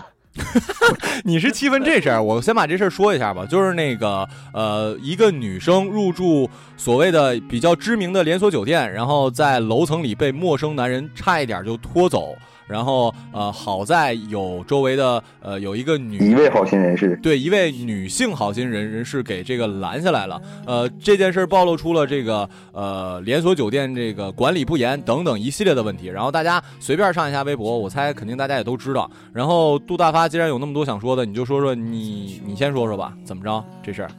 Speaker 9: 你是气愤这事儿，我先把这事儿说一下吧。就是那个呃，一个女生入住所谓的比较知名的连锁酒店，然后在楼层里被陌生男人差一点就拖走，然后呃，好在有周围的呃有一个女
Speaker 10: 一位好心人士，
Speaker 9: 对一位女性好心人人士给这个拦下来了。呃，这件事儿暴露出了这个呃连锁酒店这个管理不严等等一系列的问题。然后大家随便上一下微博，我猜肯定大家也都知道。然后杜大发既然有那么多想说的，你就说说你你先说说吧，怎么着这事儿？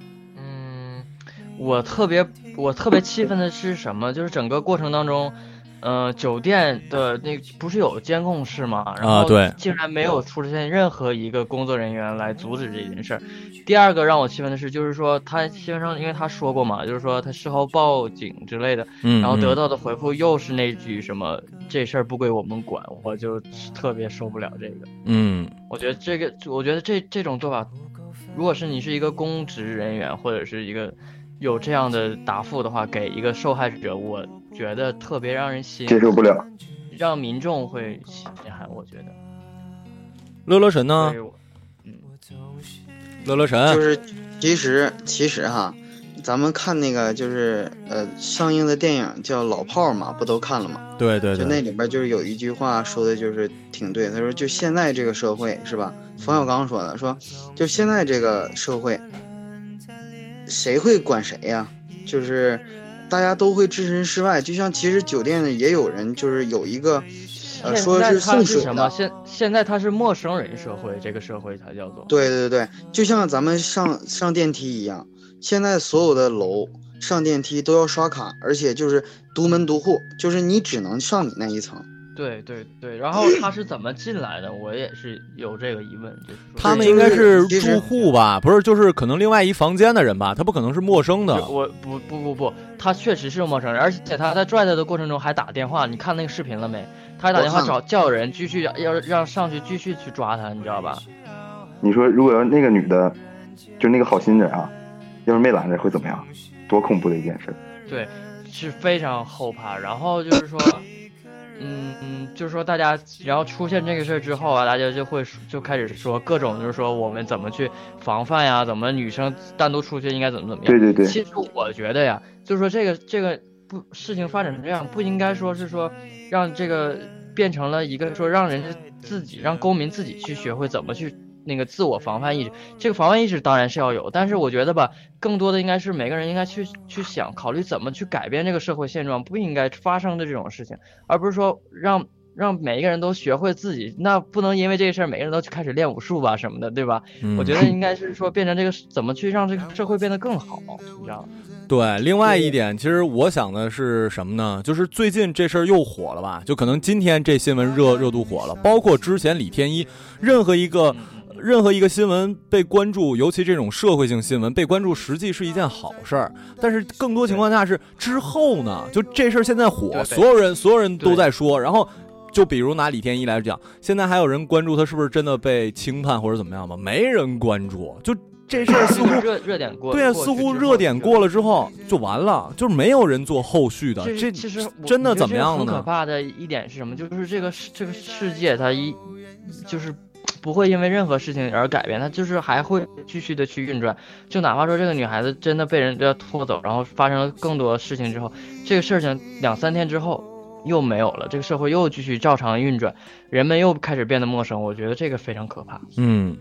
Speaker 5: 我特别我特别气愤的是什么？就是整个过程当中，呃，酒店的那不是有监控室吗？然后
Speaker 9: 对
Speaker 5: 竟然没有出现任何一个工作人员来阻止这件事儿。第二个让我气愤的是，就是说他先生，因为他说过嘛，就是说他事后报警之类的，
Speaker 9: 嗯
Speaker 5: 然后得
Speaker 9: 嗯
Speaker 5: 到的回复又是那句什么“这事儿不归我们管”，我就特别受不了这个。
Speaker 9: 嗯，
Speaker 5: 我觉得这个，我觉得这这种做法，如果是你是一个公职人员或者是一个有这样的答复的话，给一个受害者，我觉得特别让人心
Speaker 10: 接受不了，
Speaker 5: 让民众会心寒。我觉得，
Speaker 9: 乐乐神呢
Speaker 5: 所以？我
Speaker 9: 乐乐神
Speaker 11: 就是其实其实哈，咱们看那个就是呃上映的电影叫《老炮儿》嘛，不都看了吗？
Speaker 9: 对对
Speaker 11: 就那里边就是有一句话说的就是挺对，他说就现在这个社会是吧？冯小刚说的，说就现在这个社会，谁会管谁呀、就是大家都会置身事外，就像其实酒店里也有人就是有一个，呃，说
Speaker 5: 现在它
Speaker 11: 送
Speaker 5: 是
Speaker 11: 水
Speaker 5: 什么？
Speaker 11: 的。
Speaker 5: 现现在它是陌生人社会，这个社会才叫做
Speaker 11: 对对对，就像咱们上上电梯一样，现在所有的楼上电梯都要刷卡，而且就是独门独户，就是你只能上你那一层。
Speaker 5: 对对对。然后他是怎么进来的？我也是有这个疑问，就是说
Speaker 9: 他们
Speaker 11: 对
Speaker 9: 应该
Speaker 11: 就是其实
Speaker 9: 住户吧？不是，就是可能另外一房间的人吧？他不可能是陌生的
Speaker 5: 就。我不不不不，他确实是陌生人，而且他在拽他的过程中还打电话，你看那个视频了没？他还打
Speaker 11: 我
Speaker 5: 电话
Speaker 11: 看
Speaker 5: 找叫人，继续要要让上去继续去抓他，你知道吧？
Speaker 10: 你说如果要那个女的，就那个好心人啊，要是没拦着会怎么样？多恐怖的一件事！
Speaker 5: 对，是非常后怕。然后就是说，嗯嗯，就是说大家，然后出现这个事儿之后啊，大家就会说就开始说各种，就是说我们怎么去防范呀，怎么女生单独出去应该怎么怎么样。
Speaker 10: 对对对
Speaker 5: 其实我觉得呀，就是说这个这个不事情发展成这样，不应该说是说让这个变成了一个说让人家自己让公民自己去学会怎么去。那个自我防范意识，这个防范意识当然是要有，但是我觉得吧，更多的应该是每个人应该去去想，考虑怎么去改变这个社会现状，不应该发生的这种事情，而不是说让让每一个人都学会自己，那不能因为这个事儿每个人都去开始练武术吧什么的，对吧？
Speaker 9: 嗯
Speaker 5: 我觉得应该是说变成这个怎么去让这个社会变得更好，你知道吗？
Speaker 9: 对，另外一点，其实我想的是什么呢？就是最近这事儿又火了吧？就可能今天这新闻热热度火了，包括之前李天一，任何一个任何一个新闻被关注，尤其这种社会性新闻被关注，实际是一件好事儿。但是更多情况下是之后呢，就这事儿现在火，
Speaker 5: 对
Speaker 9: 所有人所有人都在说，然后。就比如拿李天一来讲，现在还有人关注他是不是真的被轻判或者怎么样吗？没人关注，就这事儿似乎
Speaker 5: 热热点过
Speaker 9: 对啊，
Speaker 5: 过
Speaker 9: 似
Speaker 5: 去
Speaker 9: 乎热点过了之后就完了，就是没有人做后续的。
Speaker 5: 这
Speaker 9: 这
Speaker 5: 其实我
Speaker 9: 真的
Speaker 5: 我觉得
Speaker 9: 怎么
Speaker 5: 这个
Speaker 9: 样了
Speaker 5: 很可
Speaker 9: 呢？
Speaker 5: 怕的一点是什么？就是这个世这个世界它一就是不会因为任何事情而改变，它就是还会继续的去运转。就哪怕说这个女孩子真的被人家拖走，然后发生了更多事情之后，这个事情两三天之后又没有了，这个社会又继续照常运转，人们又开始变得陌生。我觉得这个非常可怕。
Speaker 9: 嗯，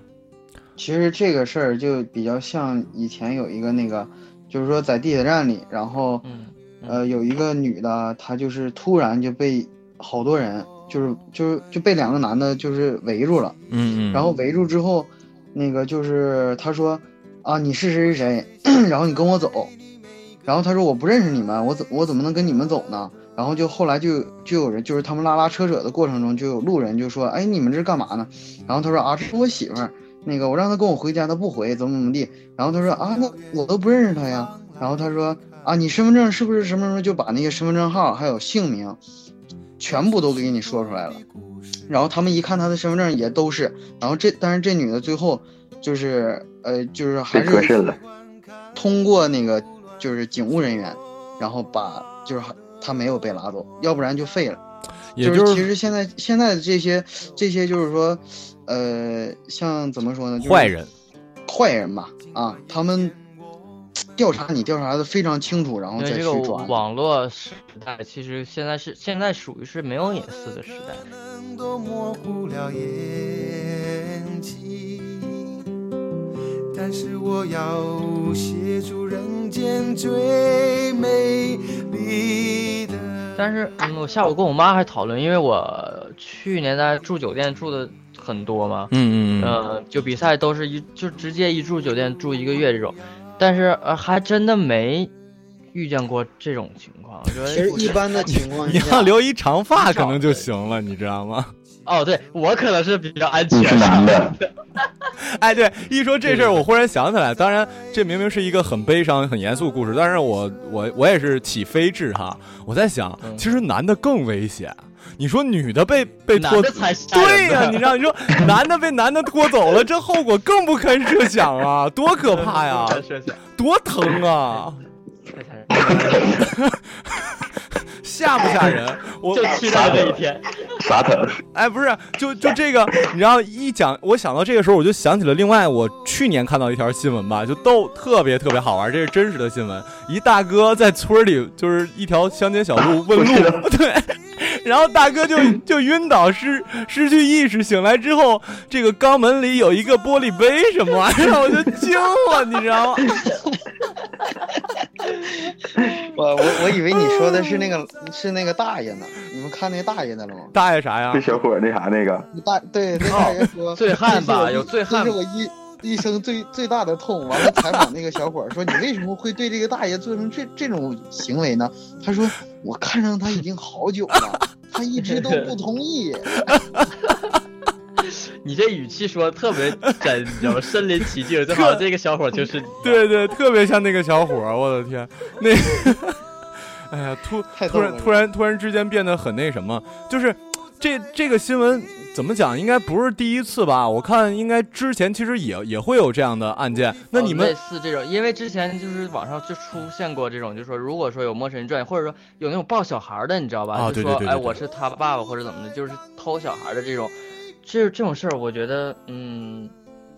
Speaker 11: 其实这个事儿就比较像以前有一个那个，就是说在地铁站里，然后，
Speaker 5: 嗯
Speaker 11: 呃，有一个女的，她就是突然就被好多人，就是就是就被两个男的，就是围住了，
Speaker 9: 嗯
Speaker 11: 然后围住之后，那个就是她说，啊，你是谁谁谁， 然后你跟我走，然后她说我不认识你们，我怎我怎么能跟你们走呢？然后就后来就就有人，就是他们拉拉扯扯的过程中，就有路人就说，哎，你们这是干嘛呢？然后他说啊，这是我媳妇儿，那个我让她跟我回家，她不回，怎么怎么地。然后他说啊，那我都不认识她呀。然后他说啊，你身份证是不是什么什么？就把那个身份证号还有姓名，全部都给你说出来了。然后他们一看她的身份证也都是，然后这但是这女的最后就是呃就是还
Speaker 10: 被隔
Speaker 11: 是
Speaker 10: 渗了。
Speaker 11: 通过那个就是警务人员，然后把就是她没有被拉走，要不然就废了。
Speaker 9: 也
Speaker 11: 就是其实现在现在的这些这些就是说，呃，像怎么说呢，就是
Speaker 9: 坏人，
Speaker 11: 坏人吧，啊，他们调查你调查的非常清楚，然后
Speaker 5: 因为
Speaker 11: 再
Speaker 5: 这
Speaker 11: 去
Speaker 5: 个
Speaker 11: 抓你。
Speaker 5: 网络时代，其实现在是现在属于是没有隐私的时代。
Speaker 8: 都模糊了眼睛，但是我要协助人间最美丽的。
Speaker 5: 但是，嗯，我下午跟我妈还讨论，因为我去年在住酒店住的很多嘛，
Speaker 9: 嗯嗯嗯
Speaker 5: 呃，就比赛都是一就直接一住酒店住一个月这种，但是呃，还真的没遇见过这种情况。我觉得
Speaker 11: 其实一般的情况
Speaker 9: 你要
Speaker 11: 下，
Speaker 9: 留一长发可能就行了，你知道吗？
Speaker 5: 哦，对我可能是比较安全。
Speaker 9: 你是男的哎，对，一说这事儿，我忽然想起来，当然这明明是一个很悲伤、很严肃的故事，但是我我我也是起飞智哈，我在想，
Speaker 5: 嗯
Speaker 9: 其实男的更危险。你说女的被被拖，
Speaker 5: 男的才吓人
Speaker 9: 对呀、
Speaker 5: 呢
Speaker 9: 你让你说男的被男的拖走了，这后果更不堪设想啊，多可 怕呀，多疼啊！吓不吓人？我
Speaker 5: 就期待这一天。
Speaker 9: 啥疼？哎，不是，就就这个，你知道一讲，我想到这个时候，我就想起了另外我去年看到一条新闻吧，就逗，特别特别好玩，这是真实的新闻。一大哥在村里，就是一条乡间小路问路，对，然后大哥就就晕倒失失去意识，醒来之后，这个肛门里有一个玻璃杯什么玩意儿，我就惊了，你知道吗？
Speaker 11: 我我我以为你说的是那个是那个大爷呢，你们看那大爷的了吗？
Speaker 9: 大爷啥呀？
Speaker 10: 这小伙儿那啥那个，
Speaker 11: 大对那大爷说，
Speaker 5: 醉汉吧
Speaker 11: 这是我一
Speaker 5: 有醉汉
Speaker 11: 这是我一。一生最最大的痛。完了，采访那个小伙儿说：“你为什么会对这个大爷做成这这种行为呢？”他说：“我看上他已经好久了，他一直都不同意。”
Speaker 5: 你这语气说得特别真，你知道吗？身临其境，就好像这个小伙就是你。
Speaker 9: 对对，特别像那个小伙儿，我的 天，那，哎呀，突
Speaker 5: 太
Speaker 9: 突
Speaker 5: 逗了
Speaker 9: 然突然突然之间变得很那什么，就是这这个新闻怎么讲，应该不是第一次吧？我看应该之前其实也也会有这样的案件。那你
Speaker 5: 哦类
Speaker 9: 们、
Speaker 5: 似这种，因为之前就是网上就出现过这种，就是说如果说有陌生人转，或者说有那种抱小孩的，你知道吧？
Speaker 9: 啊
Speaker 5: 就
Speaker 9: 对
Speaker 5: 说
Speaker 9: 对对对
Speaker 5: 哎，
Speaker 9: 对
Speaker 5: 我是他爸爸或者怎么的，就是偷小孩的这种，这这种事儿，我觉得嗯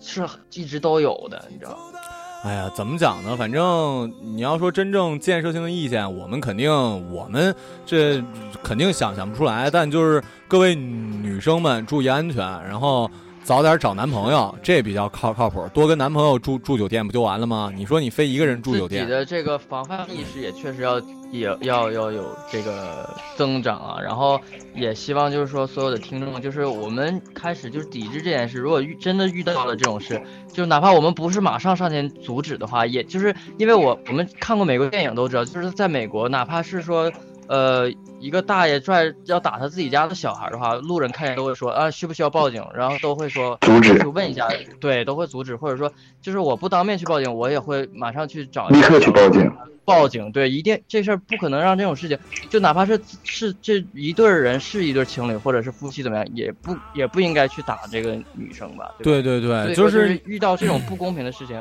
Speaker 5: 是一直都有的，你知道吗。
Speaker 9: 哎呀，怎么讲呢？反正你要说真正建设性的意见，我们肯定我们这肯定想想不出来。但就是各位女生们注意安全，然后早点找男朋友，这比较靠靠谱。多跟男朋友住住酒店不就完了吗？你说你非一个人住酒
Speaker 5: 自己
Speaker 9: 店，
Speaker 5: 的这个防范意识也确实要也要要有这个增长啊，然后也希望就是说所有的听众，就是我们开始就是抵制这件事。如果遇真的遇到了这种事，就哪怕我们不是马上上前阻止的话，也就是因为我我们看过美国电影都知道，就是在美国，哪怕是说呃一个大爷拽要打他自己家的小孩的话，路人看见都会说啊需不需要报警，然后都会说
Speaker 10: 阻止
Speaker 5: 就问一下，对，都会阻止，或者说就是我不当面去报警，我也会马上去找
Speaker 10: 立刻去报警。
Speaker 5: 报警，对，一定这事儿不可能让这种事情，就哪怕是是这一对儿人是一对儿情侣或者是夫妻怎么样，也不也不应该去打这个女生吧？
Speaker 9: 对
Speaker 5: 对
Speaker 9: 对对
Speaker 5: 所以
Speaker 9: 就
Speaker 5: 说就是遇到这种不公平的事情，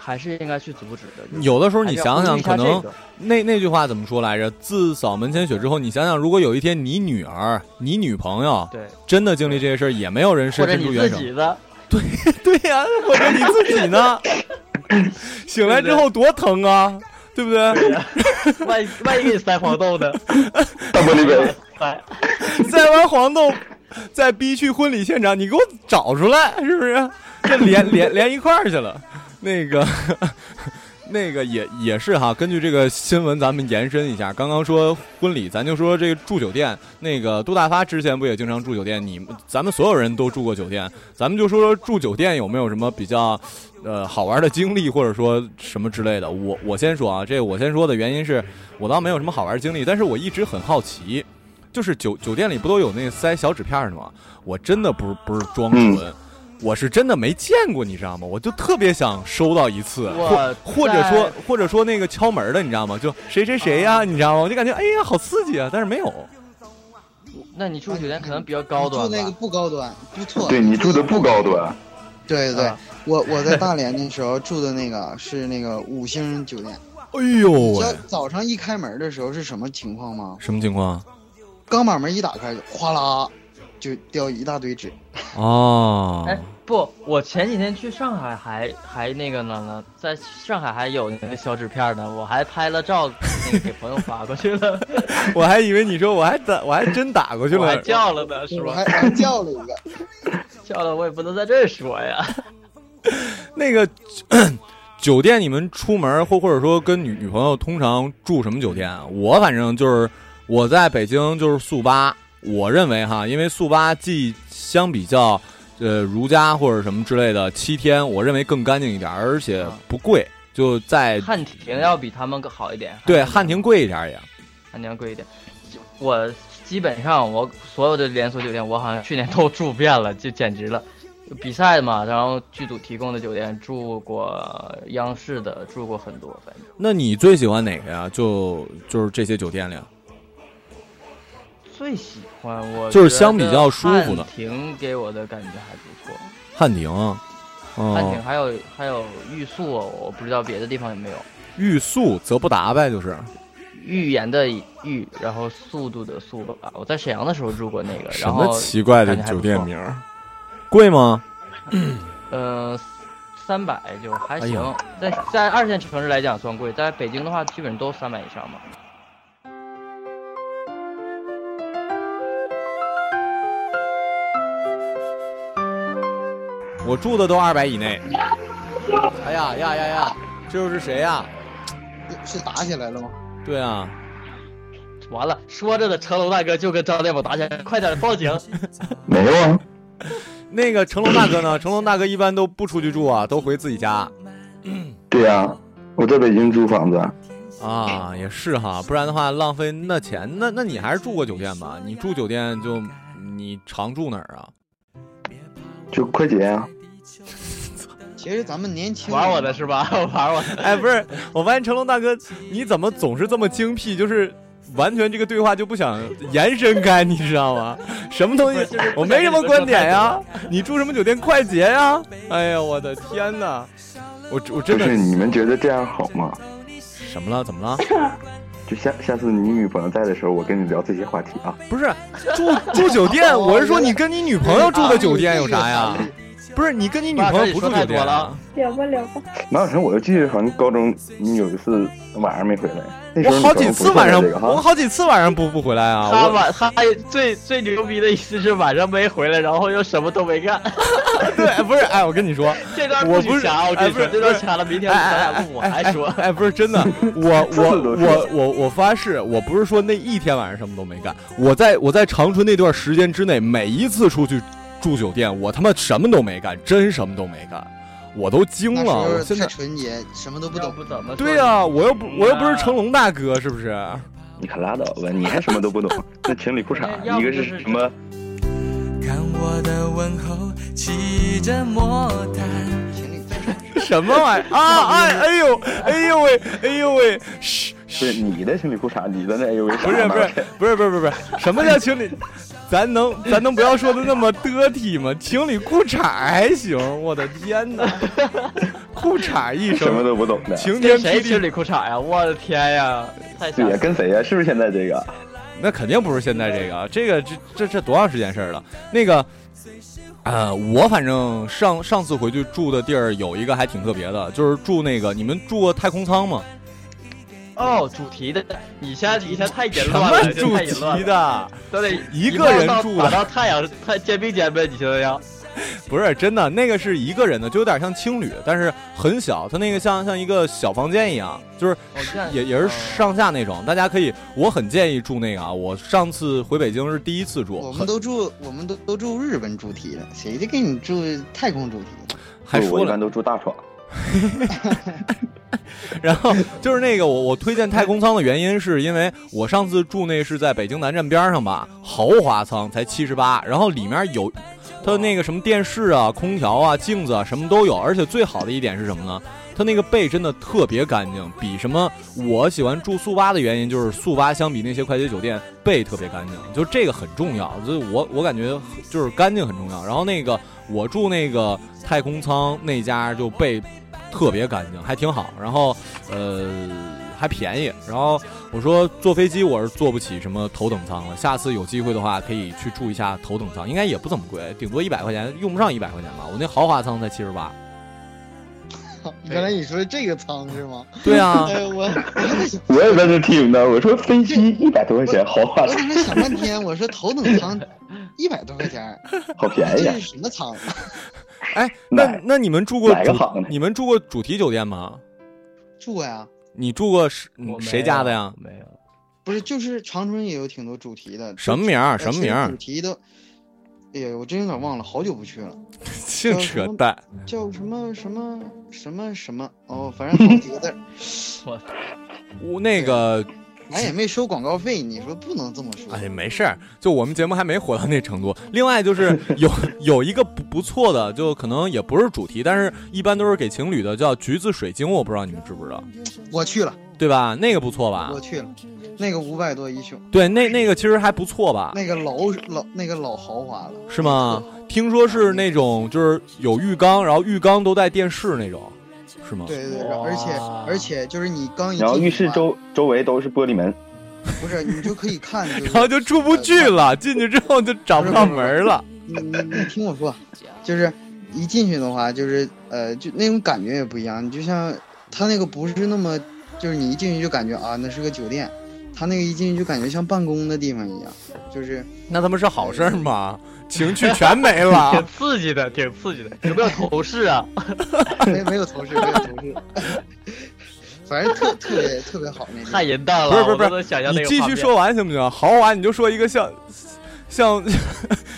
Speaker 5: 还是应该去阻止的。就是
Speaker 9: 有的时候你想
Speaker 5: 还
Speaker 9: 想，
Speaker 5: 是要
Speaker 9: 可
Speaker 5: 呼吁一下
Speaker 9: 能
Speaker 5: 这个
Speaker 9: 那那句话怎么说来着？自扫门前雪之后，你想想，如果有一天你女儿、你女朋友
Speaker 5: 对
Speaker 9: 真的经历这些事儿，也没有人
Speaker 5: 或
Speaker 9: 伸
Speaker 5: 者
Speaker 9: 伸出
Speaker 5: 你
Speaker 9: 援
Speaker 5: 自
Speaker 9: 手，
Speaker 5: 己的，
Speaker 9: 对对呀、或者你自己呢？醒来之后多疼啊，对不对？
Speaker 5: 万一万一给你塞黄豆呢？ 哎
Speaker 10: 大玻璃杯，
Speaker 5: 塞
Speaker 9: 塞完黄豆，再逼去婚礼现场，你给我找出来，是不是？这连连连一块儿去了，那个。那个也也是哈，根据这个新闻，咱们延伸一下。刚刚说婚礼，咱就说这个住酒店。那个杜大发之前不也经常住酒店？你们咱们所有人都住过酒店，咱们就说说住酒店有没有什么比较呃好玩的经历，或者说什么之类的。我我先说啊，这我先说的原因是我倒没有什么好玩的经历，但是我一直很好奇，就是酒酒店里不都有那塞小纸片儿的吗？我真的不是不是装纯。我是真的没见过，你知道吗？我就特别想收到一次，
Speaker 5: 哇
Speaker 9: 或或者说
Speaker 5: 在
Speaker 9: 或者说那个敲门的，你知道吗？就谁谁谁呀、你知道吗？我就感觉哎呀，好刺激啊！但是没有，
Speaker 5: 那你住酒店可能比较 高
Speaker 11: 住
Speaker 5: 端吧
Speaker 11: 那个不高端，不 错。
Speaker 10: 对你住的不高端，
Speaker 11: 对对对，我我在大连那时候住的那个是那个五星酒店。
Speaker 9: 哎呦
Speaker 11: 你知道
Speaker 9: 喂，
Speaker 11: 早上一开门的时候是什么情况吗？
Speaker 9: 什么情况？
Speaker 11: 刚把门一打开，哗啦就掉一大堆纸。
Speaker 9: 哦，
Speaker 5: 哎，不，我前几天去上海还还那个呢呢，在上海还有那个小纸片呢，我还拍了照，那个给朋友发过去 了，
Speaker 9: 我还以为你说我还打我还真打过去
Speaker 5: 我还
Speaker 9: 了，
Speaker 5: 叫了呢，是
Speaker 11: 我
Speaker 5: 吧
Speaker 11: 还？我还叫了一个，
Speaker 5: 叫了我也不能在这儿说呀。
Speaker 9: 那个 酒店，你们出门或或者说跟女女朋友通常住什么酒店啊？我反正就是我在北京就是速八，我认为哈，因为速八既相比较呃如家或者什么之类的七天，我认为更干净一点，而且不贵，就在
Speaker 5: 啊汉庭要比他们更好一点，
Speaker 9: 哎对汉庭贵一点也。
Speaker 5: 汉庭要贵一点。就我基本上我所有的连锁酒店，我好像去年都住遍了，就简直了。比赛嘛，然后剧组提供的酒店住过央视的，住过很多，反正
Speaker 9: 那你最喜欢哪个呀？就就是这些酒店里，啊
Speaker 5: 最喜欢我
Speaker 9: 就是相比较舒服的
Speaker 5: 庭给我的感觉还不错。
Speaker 9: 汉庭，
Speaker 5: 汉
Speaker 9: 哦
Speaker 5: 庭，还有还有玉塑，我不知道别的地方有没有。
Speaker 9: 欲速则不达呗，就是。
Speaker 5: 预言的预，然后速度的速吧。我在沈阳的时候住过那个，
Speaker 9: 什
Speaker 5: 然后
Speaker 9: 么奇怪的
Speaker 5: 感觉还
Speaker 9: 酒
Speaker 5: 不
Speaker 9: 店
Speaker 5: 错
Speaker 9: 名儿？贵吗？
Speaker 5: 呃，三百就还行，
Speaker 9: 哎呦
Speaker 5: 在在二线城市来讲算贵，在北京的话基本都三百以上嘛。
Speaker 9: 我住的都二百以内。哎呀呀呀呀！这又是谁呀？
Speaker 11: 是打起来了吗？
Speaker 9: 对啊，
Speaker 5: 完了，说着的成龙大哥就跟张大夫打起来，快点报 警！
Speaker 10: 没有啊，
Speaker 9: 那个成龙大哥呢？成龙大哥一般都不出去住啊，都回自己家
Speaker 10: 对呀、我在北京租房子，
Speaker 9: 啊，也是哈，不然的话浪费那钱。那那你还是住过酒店吧？你住酒店就你常住哪儿啊？
Speaker 10: 就快捷啊，
Speaker 11: 其实咱们年轻人
Speaker 5: 玩我的是吧？玩我的。
Speaker 9: 哎，不是，我发现成龙大哥你怎么总是这么精辟？就是。完全这个对话就不想延伸开，你知道吗？什么东西
Speaker 5: 不是就是，不
Speaker 9: 我没什么观点呀。你住什么酒店？快捷呀！哎呀，我的天哪！我我真
Speaker 10: 就
Speaker 9: 的
Speaker 10: 是你们觉得这样好吗？
Speaker 9: 什么了？怎么了？
Speaker 10: 就下下次你女朋友在的时候，我跟你聊这些话题啊。
Speaker 9: 不是住住酒店，我是说你跟你女朋友住的酒店有啥呀？不不是你跟你
Speaker 5: 女朋友不住酒店啊？
Speaker 14: 聊吧聊吧，
Speaker 10: 马小晨，我就记得好像高中你有一次晚上没回来，那时
Speaker 9: 我
Speaker 10: 候
Speaker 9: 好几次晚上，我
Speaker 10: 我
Speaker 9: 好几次晚上不不回来啊。
Speaker 5: 他
Speaker 9: 我
Speaker 5: 晚他最最牛逼的一次是晚上没回来，然后又什么都没干。
Speaker 9: 对，不是，哎，我跟你说，
Speaker 5: 这段
Speaker 9: 我
Speaker 5: 不
Speaker 9: 不
Speaker 5: 许
Speaker 9: 是
Speaker 5: 掐，我跟
Speaker 9: 哎
Speaker 5: 你
Speaker 9: 不是
Speaker 5: 说，这段掐了，明天咱俩问我还说。
Speaker 9: 哎，不是真 的，我
Speaker 5: 次
Speaker 9: 我
Speaker 5: 次都是
Speaker 9: 我我我发誓，我不是说那一天晚上什么都没干，我在我在长春那段时间之内，每一次出去住酒店，我他妈什么都没干，真什么都没干，我都惊
Speaker 11: 那
Speaker 9: 了，我
Speaker 11: 时
Speaker 9: 现
Speaker 11: 候太
Speaker 9: 在
Speaker 11: 纯洁，什么都不懂。
Speaker 5: 不怎么
Speaker 9: 对呀、我又不我又不是成龙大哥，是不是？
Speaker 10: 你可拉倒吧，你还什么都不懂。那情侣裤衩，一个是什么？
Speaker 13: 我的问候骑着魔毯，
Speaker 9: 什么玩意儿啊？哎哎呦哎呦喂哎呦喂！
Speaker 10: 不是你的情侣裤衩，你 的那又为啥？
Speaker 9: 不是不是不是不是不是，什么叫情侣？咱能咱能不要说的那么得体吗？情侣裤衩还行，我的天哪，裤衩一身
Speaker 10: 什么都不懂的
Speaker 9: 晴天霹
Speaker 5: 谁
Speaker 9: 雳
Speaker 5: 情侣裤衩呀？我的天呀！太吓
Speaker 10: 对
Speaker 5: 人
Speaker 10: 呀，
Speaker 5: 了。
Speaker 10: 跟谁呀？是不是现在这个？
Speaker 9: 那肯定不是现在这个啊，这个这这这多长时间事儿了？那个，呃，我反正上上次回去住的地儿有一个还挺特别的，就是住那个你们住过太空舱吗？
Speaker 5: 哦，主题的，你现在你现在太淫
Speaker 9: 什
Speaker 5: 乱
Speaker 9: 么
Speaker 5: 了，
Speaker 9: 主
Speaker 5: 太淫乱
Speaker 9: 题
Speaker 5: 了
Speaker 9: 的？
Speaker 5: 都得
Speaker 9: 一个人
Speaker 5: 到
Speaker 9: 住
Speaker 5: 打
Speaker 9: 的
Speaker 5: 到太阳太肩并肩呗，你行不行？
Speaker 9: 不是真的，那个是一个人的，就有点像青旅，但是很小，它那个像像一个小房间一样，就是
Speaker 5: 这样
Speaker 9: 也也是上下那种。大家可以，我很建议住那个啊。我上次回北京是第一次住，
Speaker 11: 我
Speaker 9: 很
Speaker 11: 们都住，我们都都住日本主题的，谁就给你住太空主题？
Speaker 9: 还说
Speaker 10: 我一
Speaker 9: 了
Speaker 10: 般都住大床。
Speaker 9: 然后就是那个我我推荐太空舱的原因，是因为我上次住那是在北京南站边上吧，豪华舱才七十八，然后里面有它那个什么电视啊、空调啊、镜子啊什么都有，而且最好的一点是什么呢？它那个被真的特别干净，比什么我喜欢住速八的原因就是速八相比那些快捷酒店被特别干净，就这个很重要。就我我感觉就是干净很重要。然后那个我住那个太空舱那家就被特别干净，还挺好。然后呃还便宜。然后我说坐飞机我是坐不起什么头等舱了，下次有机会的话可以去住一下头等舱，应该也不怎么贵，顶多一百块钱，用不上一百块钱吧。我那豪华舱才七十八。
Speaker 11: 原来你说这个仓是吗？
Speaker 9: 对啊
Speaker 11: 哎呦我
Speaker 10: 我也在这听的，我说飞机一百多块钱，豪华
Speaker 11: 我在那想半天，我说头等舱一百多块钱，
Speaker 10: 好便宜
Speaker 11: 这
Speaker 10: 啊
Speaker 11: 是！什么舱？
Speaker 9: 哎，那那你们住过
Speaker 10: 哪个
Speaker 9: 主你们住过主题酒店吗？
Speaker 11: 住呀？
Speaker 9: 你住过是嗯
Speaker 11: 我没
Speaker 9: 谁家的
Speaker 11: 有
Speaker 9: 呀？
Speaker 5: 没有。
Speaker 11: 不是，就是长春也有挺多主题的。
Speaker 9: 什么名儿
Speaker 11: 呃
Speaker 9: 什么名儿
Speaker 11: 甚至主题都，哎呀，我真有点忘了，好久不去了。
Speaker 9: 净扯淡。
Speaker 11: 叫什么什么什么什么？哦，反正好几个字儿。
Speaker 5: 我
Speaker 9: 我那个，
Speaker 11: 咱也没收广告费，你说不能这么说。
Speaker 9: 哎，没事儿，就我们节目还没火到那程度。另外就是有有一个不不错的，就可能也不是主题，但是一般都是给情侣的，叫橘子水晶，我不知道你们知不知道，
Speaker 11: 我去了，
Speaker 9: 对吧？那个不错吧
Speaker 11: 我？去了，那个五百多一宿，
Speaker 9: 对，那那个其实还不错吧？
Speaker 11: 那个老老那个老豪华了。
Speaker 9: 是吗？听说是那种就是有浴缸，然后浴缸都带电视那种，是吗？
Speaker 11: 对对对，而且而且就是你刚一进
Speaker 10: 然后浴
Speaker 11: 去
Speaker 10: 室
Speaker 11: 吧
Speaker 10: 周周围都是玻璃门，
Speaker 11: 不是你就可以 看，就
Speaker 9: 然
Speaker 11: 是呃
Speaker 9: 后就出不去了，进去之后就找不到门儿了。
Speaker 11: 你你你听我说，就是一进去的话，就是呃，就那种感觉也不一样。你就像它那个不是那么，就是你一进去就感觉啊，那是个酒店；它那个一进去就感觉像办公的地方一样，就是
Speaker 9: 那他妈是好事儿吗？情趣全没 了
Speaker 5: 挺。刺激的，挺刺激的。有没有头饰啊？
Speaker 11: 没没有同事，没有同事， 反正特特别特别好那种。
Speaker 5: 太淫荡了，
Speaker 9: 不
Speaker 5: 我
Speaker 9: 是不是
Speaker 5: 都
Speaker 9: 不
Speaker 5: 能想
Speaker 9: 是，
Speaker 5: 象那
Speaker 9: 你
Speaker 5: 个
Speaker 9: 继
Speaker 5: 画
Speaker 9: 续
Speaker 5: 面
Speaker 9: 说。完行不行？豪华你就说一个像像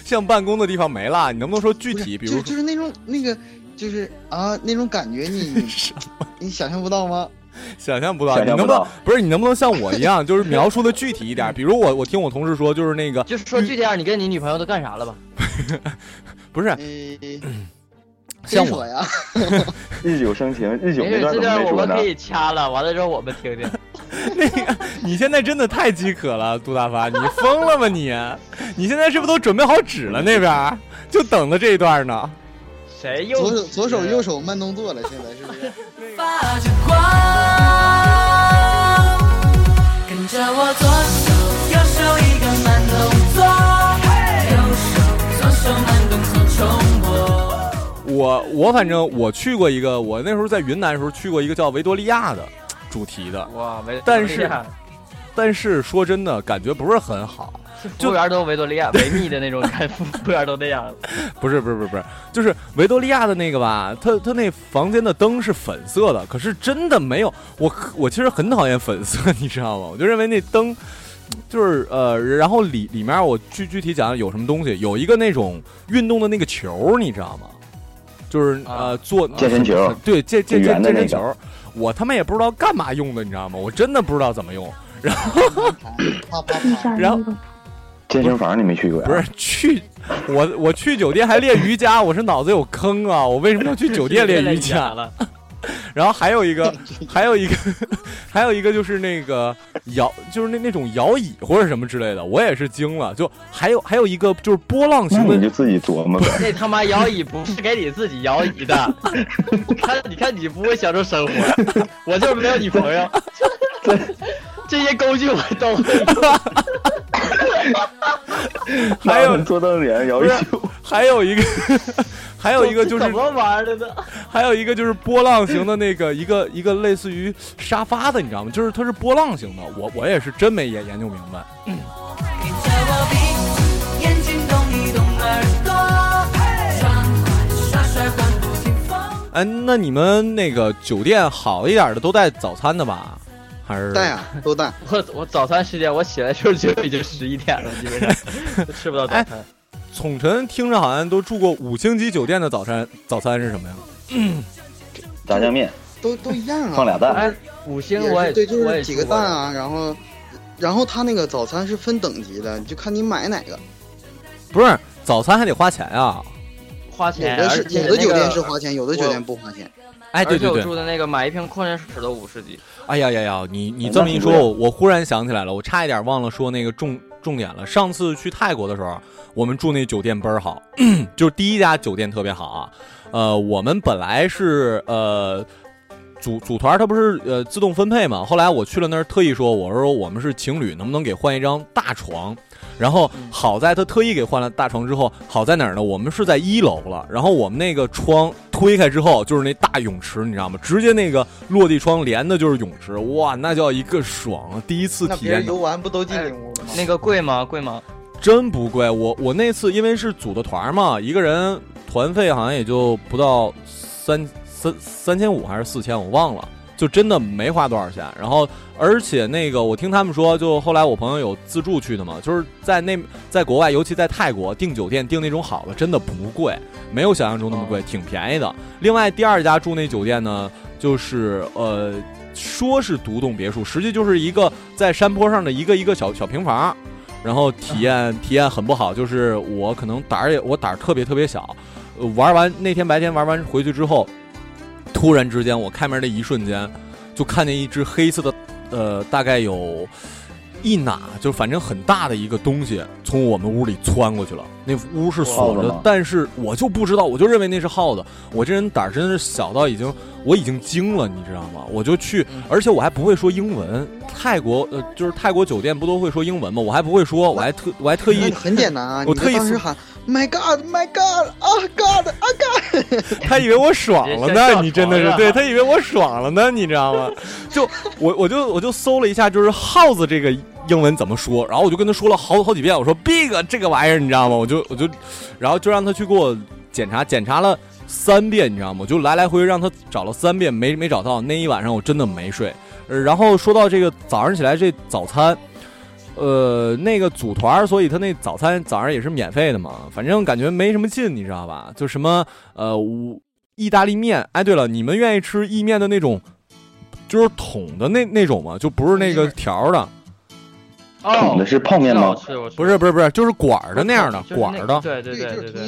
Speaker 9: 像办公的地方没了，你能不能说具体？比
Speaker 11: 就
Speaker 9: 如
Speaker 11: 就
Speaker 9: 说
Speaker 11: 是那种那个就是啊那种感觉你， 你你想象不到吗？
Speaker 9: 想象不到，
Speaker 10: 想
Speaker 9: 你
Speaker 10: 象
Speaker 9: 能
Speaker 10: 不
Speaker 9: 不能
Speaker 10: 到
Speaker 9: 不是你能不能像我一样，就是描述的具体一点？比如我我听我同事说，就是那个
Speaker 5: 就是说具体点儿，你跟你女朋友都干啥了吧？
Speaker 9: 不是
Speaker 11: 先
Speaker 9: 像
Speaker 11: 说
Speaker 9: 我
Speaker 11: 哎 呀，
Speaker 10: 日久生情，日久
Speaker 5: 没
Speaker 10: 那
Speaker 5: 事，
Speaker 10: 段
Speaker 5: 这
Speaker 10: 怎么
Speaker 5: 段
Speaker 10: 没
Speaker 5: 我
Speaker 10: 说
Speaker 5: 们
Speaker 10: 呢
Speaker 5: 可？以掐了，完了之后我们听听。
Speaker 9: 你现在真的太饥渴了，杜大发，你疯了吗你？你现在是不是都准备好纸了那边儿，就等着这一段呢？
Speaker 5: 谁
Speaker 11: 左手左手右手慢动作了，现在是不是？
Speaker 13: 发着光，跟着我左手右手一个慢动作，右手左手慢动作重播。
Speaker 9: 我我反正我去过一个，我那时候在云南的时候去过一个叫维多利亚的主题的，
Speaker 5: 哇，维多
Speaker 9: 但
Speaker 5: 利
Speaker 9: 是啊
Speaker 5: 亚
Speaker 9: 但是说真的，感觉不是很好。
Speaker 5: 服务员都维多利亚维密的那种感觉，服务员都那样。
Speaker 9: 不是不是不是不是，就是维多利亚的那个吧，它它那房间的灯是粉色的，可是真的没有我我其实很讨厌粉色，你知道吗？我就认为那灯就是呃，然后里里面我具具体讲有什么东西，有一个那种运动的那个球，你知道吗？就是呃做
Speaker 10: 健身球
Speaker 9: 对健健健
Speaker 10: 圆的
Speaker 9: 健
Speaker 10: 那个
Speaker 9: 身球，我他妈也不知道干嘛用的，你知道吗？我真的不知道怎么用。然后，然后
Speaker 10: 健身房你没去过呀？
Speaker 9: 不是去，我我去酒店还练瑜伽，我是脑子有坑啊！我为什么要去酒店练瑜伽？
Speaker 5: 了，
Speaker 9: 然后还有 一个，还有一个， 还有一个就是那个摇，就是那那种摇椅或者什么之类的，我也是惊了。就还有还有一个就是波浪
Speaker 10: 那
Speaker 9: 形的，
Speaker 10: 你就自己琢磨呗。
Speaker 5: 那他妈摇椅不是给你自己摇椅的， 你看你看你不会享受生活，我就是没有女朋友，这些工具我 都会用。
Speaker 9: 还有
Speaker 10: 坐凳脸摇
Speaker 9: 不是，还有一个， 还有一个就是
Speaker 5: 怎么玩的呢？
Speaker 9: 还有一个就是波浪形的那个，一 个一个类似于沙发的，你知道吗？就是它是波浪形的，我我也是真没研研究明白。
Speaker 13: 眼睛动一动耳朵，装款耍帅管不清风。
Speaker 9: 哎，那你们那个酒店好一点的都带早餐的吧？还是
Speaker 5: 带
Speaker 15: 啊，都带。
Speaker 5: 我我早餐时间我起来就是就已经十一点了，基本上吃不到早餐。
Speaker 9: 宠臣听着好像都住过五星级酒店的早餐，早餐是什么呀？
Speaker 10: 炸酱面。
Speaker 15: 都都一样啊，
Speaker 10: 放俩蛋
Speaker 5: 哎五星
Speaker 15: 也是
Speaker 5: 我也
Speaker 15: 对，就
Speaker 5: 我
Speaker 15: 是
Speaker 5: 也
Speaker 15: 几
Speaker 5: 吃
Speaker 15: 个
Speaker 5: 过
Speaker 15: 蛋啊，然后，然后他那个早餐是分等级的，你就看你买哪个。
Speaker 9: 不是，早餐还得花钱啊。
Speaker 5: 花钱，
Speaker 15: 有的
Speaker 5: 哎而
Speaker 15: 是
Speaker 5: 且
Speaker 15: 有的酒店是
Speaker 5: 那个
Speaker 15: 花钱，有的酒店不花钱。
Speaker 9: 哎，对
Speaker 5: 而且
Speaker 9: 对
Speaker 5: 我
Speaker 9: 对
Speaker 5: 住，的那个买一瓶矿泉水都五十几，
Speaker 9: 哎呀呀呀，你你
Speaker 5: 哎
Speaker 9: 这
Speaker 5: 那
Speaker 9: 么一
Speaker 5: 挺
Speaker 9: 说，
Speaker 5: 贵啊
Speaker 9: 我我忽然想起来了，我差一点忘了说那个重重点了。上次去泰国的时候，我们住那酒店倍儿好， 就是第一家酒店特别好啊。呃，我们本来是呃。组组团它不是呃自动分配嘛？后来我去了那儿，特意说我说我们是情侣，能不能给换一张大床？然后好在他特意给换了大床之后，好在哪儿呢？我们是在一楼了，然后我们那个窗推开之后就是那大泳池，你知道吗？直接那个落地窗连的就是泳池，哇，那叫一个爽！第一次体验到。
Speaker 15: 玩不都进里屋
Speaker 5: 吗？那个贵吗？贵吗？
Speaker 9: 真不贵，我我那次因为是组的团儿嘛，一个人团费好像也就不到三三三千五还是四千，我忘了，就真的没花多少钱。然后而且那个我听他们说，就后来我朋友有自助去的嘛，就是在那在国外，尤其在泰国订酒店订那种好的，真的不贵，没有想象中那么贵，挺便宜的。另外第二家住那酒店呢，就是呃。说是独栋别墅，实际就是一个在山坡上的一个一个小小平房，然后体验体验很不好，就是我可能胆儿也我胆儿特别特别小，呃玩完那天白天玩完回去之后，突然之间我开门的一瞬间，就看见一只黑色的呃大概有一哪就反正很大的一个东西从我们屋里窜过去了，那屋是锁
Speaker 10: 耗
Speaker 9: 着
Speaker 10: 子
Speaker 9: 的
Speaker 10: 吗，
Speaker 9: 但是我就不知道，我就认为那是耗子，我这人胆儿真是小到已经我已经惊了，你知道吗？我就去，
Speaker 15: 嗯
Speaker 9: 而且我还不会说英文，泰国呃就是泰国酒店不都会说英文吗？我还不会说，我还特我还特
Speaker 15: 那
Speaker 9: 意
Speaker 15: 你很简单啊，你
Speaker 9: 我
Speaker 15: 就
Speaker 9: 特意
Speaker 15: 当时
Speaker 9: 搜
Speaker 15: 喊 My God, My God, 啊 God, 啊 God，
Speaker 9: 他以为我爽了
Speaker 15: 直接
Speaker 9: 呢，
Speaker 15: 上
Speaker 9: 你真的
Speaker 15: 床
Speaker 9: 是
Speaker 15: 了
Speaker 9: 对他以为我爽了呢，你知道吗？就我我就我就搜了一下，就是 house 这个英文怎么说，然后我就跟他说了好好几遍，我说 big 这个玩意儿，你知道吗？我就我就，然后就让他去给我检查，检查了三遍，你知道吗？我就来来回回让他找了三遍，没没找到，那一晚上我真的没睡。呃然后说到这个早上起来这早餐。呃，那个组团儿，所以他那早餐早上也是免费的嘛，反正感觉没什么劲，你知道吧？就什么呃，我意大利面。哎，对了，你们愿意吃意面的那种，就是桶的那那种吗？就不是那个条儿的，
Speaker 5: 哦，
Speaker 10: 的是泡面吗？
Speaker 9: 不是不是不是，就是管儿的那样的
Speaker 5: 就是
Speaker 9: 管
Speaker 5: 那个
Speaker 9: 儿的。
Speaker 5: 对对对对对。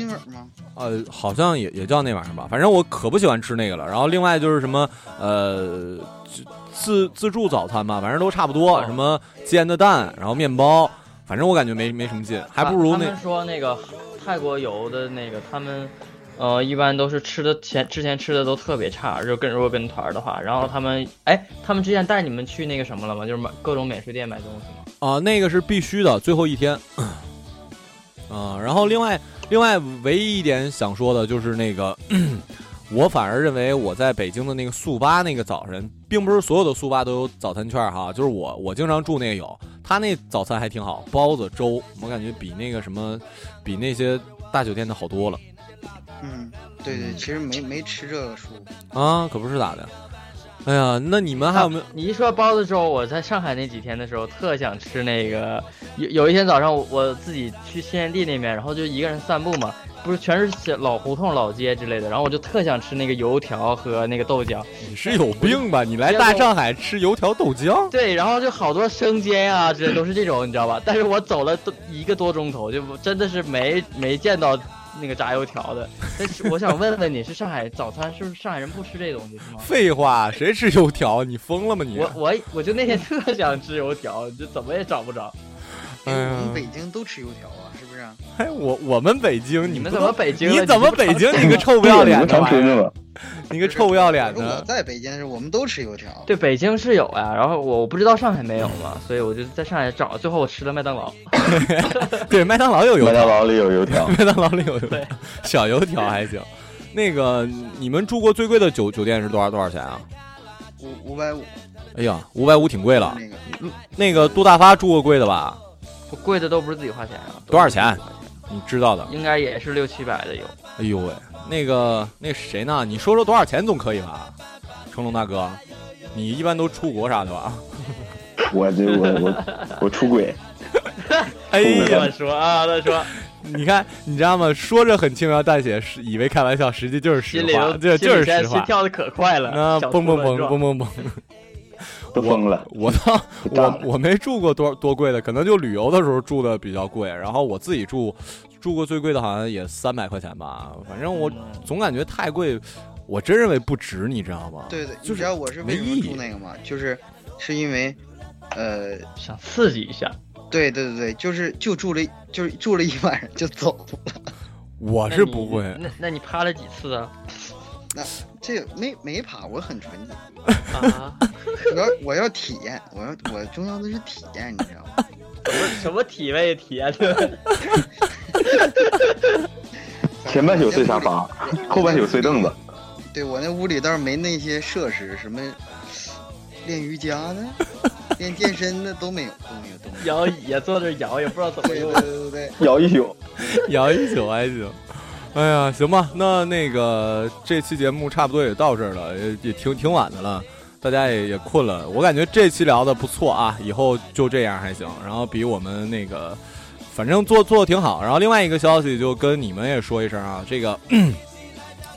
Speaker 9: 呃，好像也也叫那玩意儿吧，反正我可不喜欢吃那个了。然后另外就是什么呃自自自助早餐吧，反正都差不多，什么煎的蛋，然后面包，反正我感觉没没什么劲，还不
Speaker 5: 他
Speaker 9: 如那
Speaker 5: 们说那个泰国游的那个他们。呃，一般都是吃的前之前吃的都特别差，就跟如果跟团儿的话，然后他们哎，他们之前带你们去那个什么了吗？就是买各种免税店买东西吗？
Speaker 9: 啊、那个是必须的，最后一天。啊、然后另外另外，唯一一点想说的就是那个， 我反而认为我在北京的那个速八那个早晨，并不是所有的速八都有早餐券哈，就是我我经常住那个有，他那早餐还挺好，包子粥，我感觉比那个什么，比那些大酒店的好多了
Speaker 15: 嗯，对对，其实没没吃这个书，
Speaker 9: 啊，可不是咋的。哎呀，那你们还有没有？
Speaker 5: 你一说包子粥，我在上海那几天的时候，特想吃那个。有有一天早上我，我自己去新天地那边，然后就一个人散步嘛，不是全是小老胡同、老街之类的，然后我就特想吃那个油条和那个豆浆。
Speaker 9: 你是有病吧？你来大上海吃油条豆浆？
Speaker 5: 对，然后就好多生煎啊之类都是这种，你知道吧？但是我走了都一个多钟头，就真的是没没见到那个炸油条的。但是我想问问你，是上海早餐是不是上海人不吃这东西是吗？
Speaker 9: 废话，谁吃油条？你疯了吗你？
Speaker 5: 我我我就那天特想吃油条，就怎么也找不着。
Speaker 9: 哎呀
Speaker 11: 嗯
Speaker 15: 我们北京都吃油条啊，是不是啊？
Speaker 9: 哎，我我们北京，你
Speaker 5: 们
Speaker 9: 们
Speaker 5: 怎么北京了
Speaker 9: 你怎么北京？
Speaker 5: 你
Speaker 9: 你个臭不要脸的玩意
Speaker 10: 你们常吃
Speaker 9: 儿
Speaker 10: 吗！
Speaker 9: 你个臭不要脸
Speaker 15: 如果
Speaker 9: 的！
Speaker 15: 在北京的时候，我们都吃油条。
Speaker 5: 对，北京是有呀、然后我我不知道上海没有嘛，所以我就在上海找，最后我吃了麦当劳。
Speaker 9: 对，麦当劳有油
Speaker 10: 麦
Speaker 9: 条，
Speaker 10: 当劳里有油条
Speaker 9: 麦当劳里有油条， 小油条还行。那个，你们住过最贵的酒酒店是多少多少钱啊？
Speaker 15: 五五百五，
Speaker 9: 哎呀，五百五挺贵了
Speaker 15: 那。个
Speaker 9: 那个杜大发住过贵的吧？
Speaker 5: 我贵的都不是自己花钱啊，
Speaker 9: 多少钱？你知道的？
Speaker 5: 应该也是六七百的有。
Speaker 9: 哎呦喂，那个那谁呢？你说说多少钱总可以吧？成龙大哥，你一般都出国啥的吧？
Speaker 10: 我这我我我出轨，
Speaker 9: 哎呀
Speaker 5: 乱，说啊，乱 说，
Speaker 9: 你看，你知道吗？说着很轻描淡写，是以为开玩笑，实际就是实
Speaker 5: 心里
Speaker 9: 话
Speaker 5: 都，
Speaker 9: 这就
Speaker 5: 心里
Speaker 9: 是实
Speaker 5: 现在心
Speaker 9: 话。
Speaker 5: 跳的可快了，
Speaker 9: 那
Speaker 5: 小
Speaker 9: 蹦
Speaker 5: 兔乱
Speaker 9: 蹦蹦
Speaker 5: 撞
Speaker 9: 蹦蹦蹦，
Speaker 10: 都疯了。
Speaker 9: 我倒
Speaker 10: 炸
Speaker 9: 我
Speaker 10: 了
Speaker 9: 我没住过多多贵的，可能就旅游的时候住的比较贵。然后我自己住，住过最贵的好像也三百块钱吧。反正
Speaker 5: 嗯
Speaker 9: 我总感觉太贵，我真认为不值，你知道吗？
Speaker 15: 对对，
Speaker 9: 啊
Speaker 15: 你
Speaker 9: 就
Speaker 15: 知
Speaker 9: 是
Speaker 15: 道我是
Speaker 9: 没
Speaker 15: 为什
Speaker 9: 意
Speaker 15: 么住
Speaker 9: 义。
Speaker 15: 那个吗？就是是因为，呃，
Speaker 5: 想刺激一下。
Speaker 15: 对对对对，就是就住了一，就是住了一晚上就走了。
Speaker 9: 我是不会，
Speaker 5: 那那你趴了几次啊？
Speaker 15: 那这没没爬，我很纯洁。
Speaker 5: 啊，
Speaker 15: 我要我要体验，我要我重要的是体验，你知道吗？
Speaker 5: 什么什么体位体啊验的？
Speaker 10: 前半宿睡沙发，后半宿睡凳 子。
Speaker 15: 对我那屋里倒是没那些设施，什么练瑜伽的、练健身的都没有，都没有，都没有。
Speaker 5: 摇椅呀，坐那儿摇，也不知道怎么
Speaker 15: 对
Speaker 5: 用
Speaker 15: 对。对对对，
Speaker 10: 摇一宿，
Speaker 9: 摇一宿还行。哎呀，行吧，那那个这期节目差不多也到这儿了，也也挺挺晚的了，大家也也困了。我感觉这期聊的不错啊，以后就这样还行。然后比我们那个，反正做做的挺好。然后另外一个消息就跟你们也说一声啊，这个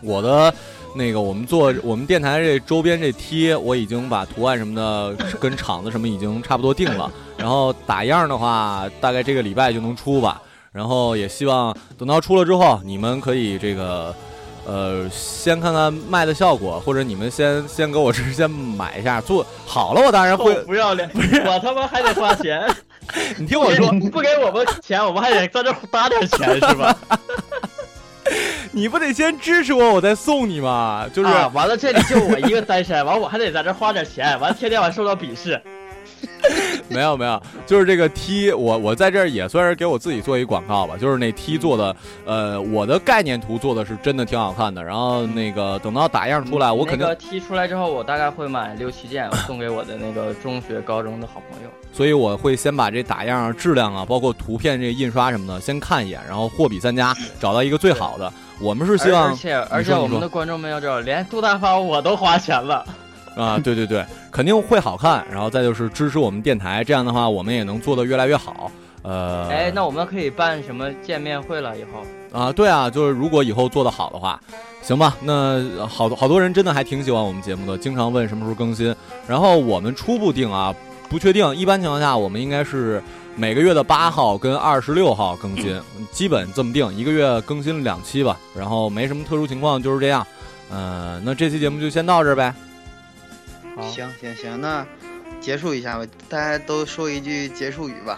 Speaker 9: 我的那个我们做我们电台这周边这贴，我已经把图案什么的跟厂子什么已经差不多定了，然后打样的话大概这个礼拜就能出吧。然后也希望等到出了之后，你们可以这个，呃，先看看卖的效果，或者你们先先给我是先买一下，做好了我当然会
Speaker 5: 臭。不要脸，我他妈还得花钱。
Speaker 9: 你听我说，
Speaker 5: 不给我们钱，我们还得在这花点钱是吧？
Speaker 9: 你不得先支持我，我再送你吗？就是、
Speaker 5: 啊，完了这里就我一个单身，完我还得在这花点钱，完天天晚受到鄙视。
Speaker 9: 没有没有，就是这个 T，我我在这儿也算是给我自己做一广告吧，就是那 T 做的，呃，我的概念图做的是真的挺好看的。然后那个等到打样出来，我肯定
Speaker 5: 嗯那个踢出来之后，我大概会买六七件，我送给我的那个中学、高中的好朋友。
Speaker 9: 所以我会先把这打样啊、质量啊，包括图片这印刷什么的，先看一眼，然后货比三家，找到一个最好的。我们是希
Speaker 5: 嗯
Speaker 9: 望，
Speaker 5: 而且
Speaker 9: 你说
Speaker 5: 而且我
Speaker 9: 你
Speaker 5: 们
Speaker 9: 说
Speaker 5: 的观众们要知道，连杜大发我都花钱了。
Speaker 9: 啊，对对对，肯定会好看。然后再就是支持我们电台，这样的话我们也能做得越来越好。呃，
Speaker 5: 哎，那我们可以办什么见面会了？以后
Speaker 9: 啊，对啊，就是如果以后做得好的话，行吧。那好多好多人真的还挺喜欢我们节目的，经常问什么时候更新。然后我们初步定啊，不确定。一般情况下，我们应该是每个月的八号跟二十六号更新，基本这么定，一个月更新两期吧。然后没什么特殊情况，就是这样。呃，那这期节目就先到这儿呗。
Speaker 5: 好
Speaker 15: 行行行，那结束一下吧，大家都说一句结束语 吧，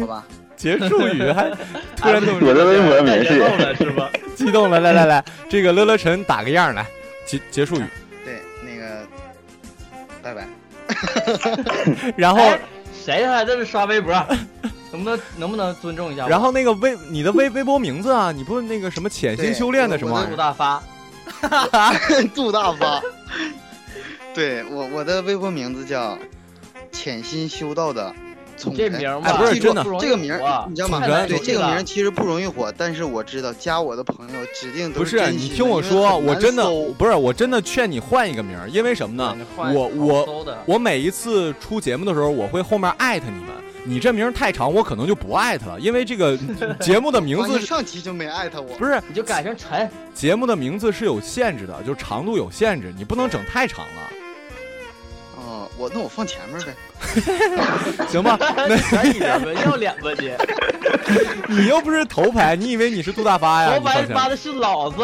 Speaker 15: 好吧？
Speaker 9: 结束语还突然这么
Speaker 10: 我的微博
Speaker 5: 带
Speaker 10: 没
Speaker 5: 节
Speaker 10: 事
Speaker 5: 奏。了是吗？
Speaker 9: 啊激动了，来来来，这个乐乐晨打个样儿来，结结束语，
Speaker 15: 对，那个，拜拜。
Speaker 9: 然后。哎
Speaker 5: 哎谁还在这刷微博？能不能能不能尊重一下我？
Speaker 9: 然后那个微你的微微博名字啊，你不是那个什么潜心修炼的什么玩意
Speaker 5: 杜
Speaker 9: 儿？
Speaker 5: 大发，
Speaker 11: 杜大发。 对我我的微博名字叫“潜心修道的从
Speaker 5: 这名儿
Speaker 11: 哎
Speaker 5: 吧
Speaker 11: 不
Speaker 5: 记
Speaker 11: 是
Speaker 5: 住不容易
Speaker 11: 这个名
Speaker 5: 火啊
Speaker 11: 儿你知道吗
Speaker 9: 太难？
Speaker 11: 对
Speaker 9: 记
Speaker 11: 这个
Speaker 9: 了
Speaker 11: 名儿其实不容易火，但是我知道加我的朋友指定都
Speaker 9: 不
Speaker 11: 真
Speaker 9: 是，
Speaker 11: 心
Speaker 9: 你
Speaker 11: 的
Speaker 9: 听我
Speaker 11: 因为
Speaker 9: 说，
Speaker 11: 很
Speaker 9: 我
Speaker 11: 难
Speaker 9: 真的
Speaker 11: 搜
Speaker 9: 不是，我真的劝你换一个名儿，因为什么呢？
Speaker 5: 换一
Speaker 9: 我
Speaker 5: 个好
Speaker 9: 我
Speaker 5: 搜的
Speaker 9: 我每一次出节目的时候，我会后面艾特你们。你这名儿太长，我可能就不艾特了，因为这个节目的名
Speaker 11: 啊
Speaker 9: 字
Speaker 11: 你上期就没艾特我，
Speaker 9: 不是
Speaker 5: 你就改成陈。
Speaker 9: 节目的名字是有限制的，就长度有限制，你不能整太长了。
Speaker 11: 哦，我那我放前面呗。
Speaker 9: 行 吧那
Speaker 5: 可以的，文要脸吧你？
Speaker 9: 你又不是头牌，你以为你是杜大发呀？
Speaker 5: 头
Speaker 9: 哎你
Speaker 5: 牌
Speaker 9: 上线
Speaker 5: 发的是老子，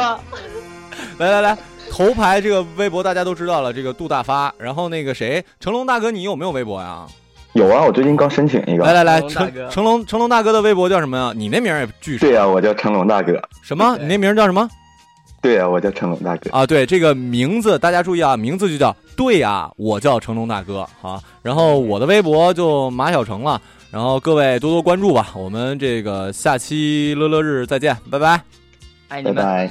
Speaker 9: 来来来，头牌这个微博大家都知道了，这个杜大发。然后那个谁，成龙大哥，你有没有微博呀？
Speaker 10: 有啊，我最近刚申请一个。
Speaker 9: 来来来，
Speaker 10: 成
Speaker 9: 成成龙成龙大哥的微博叫什么呀？你那名儿也巨
Speaker 10: 对啊呀、我叫成龙大哥。
Speaker 9: 什么？你那名儿叫什么？
Speaker 10: 对呀、我叫成龙大哥。
Speaker 9: 啊，对，这个名字大家注意啊，名字就叫对啊，我叫成龙大哥啊。然后我的微博就马小成了，然后各位多多关注吧。我们这个下期乐乐日再见，拜拜。
Speaker 5: 爱
Speaker 10: 拜拜。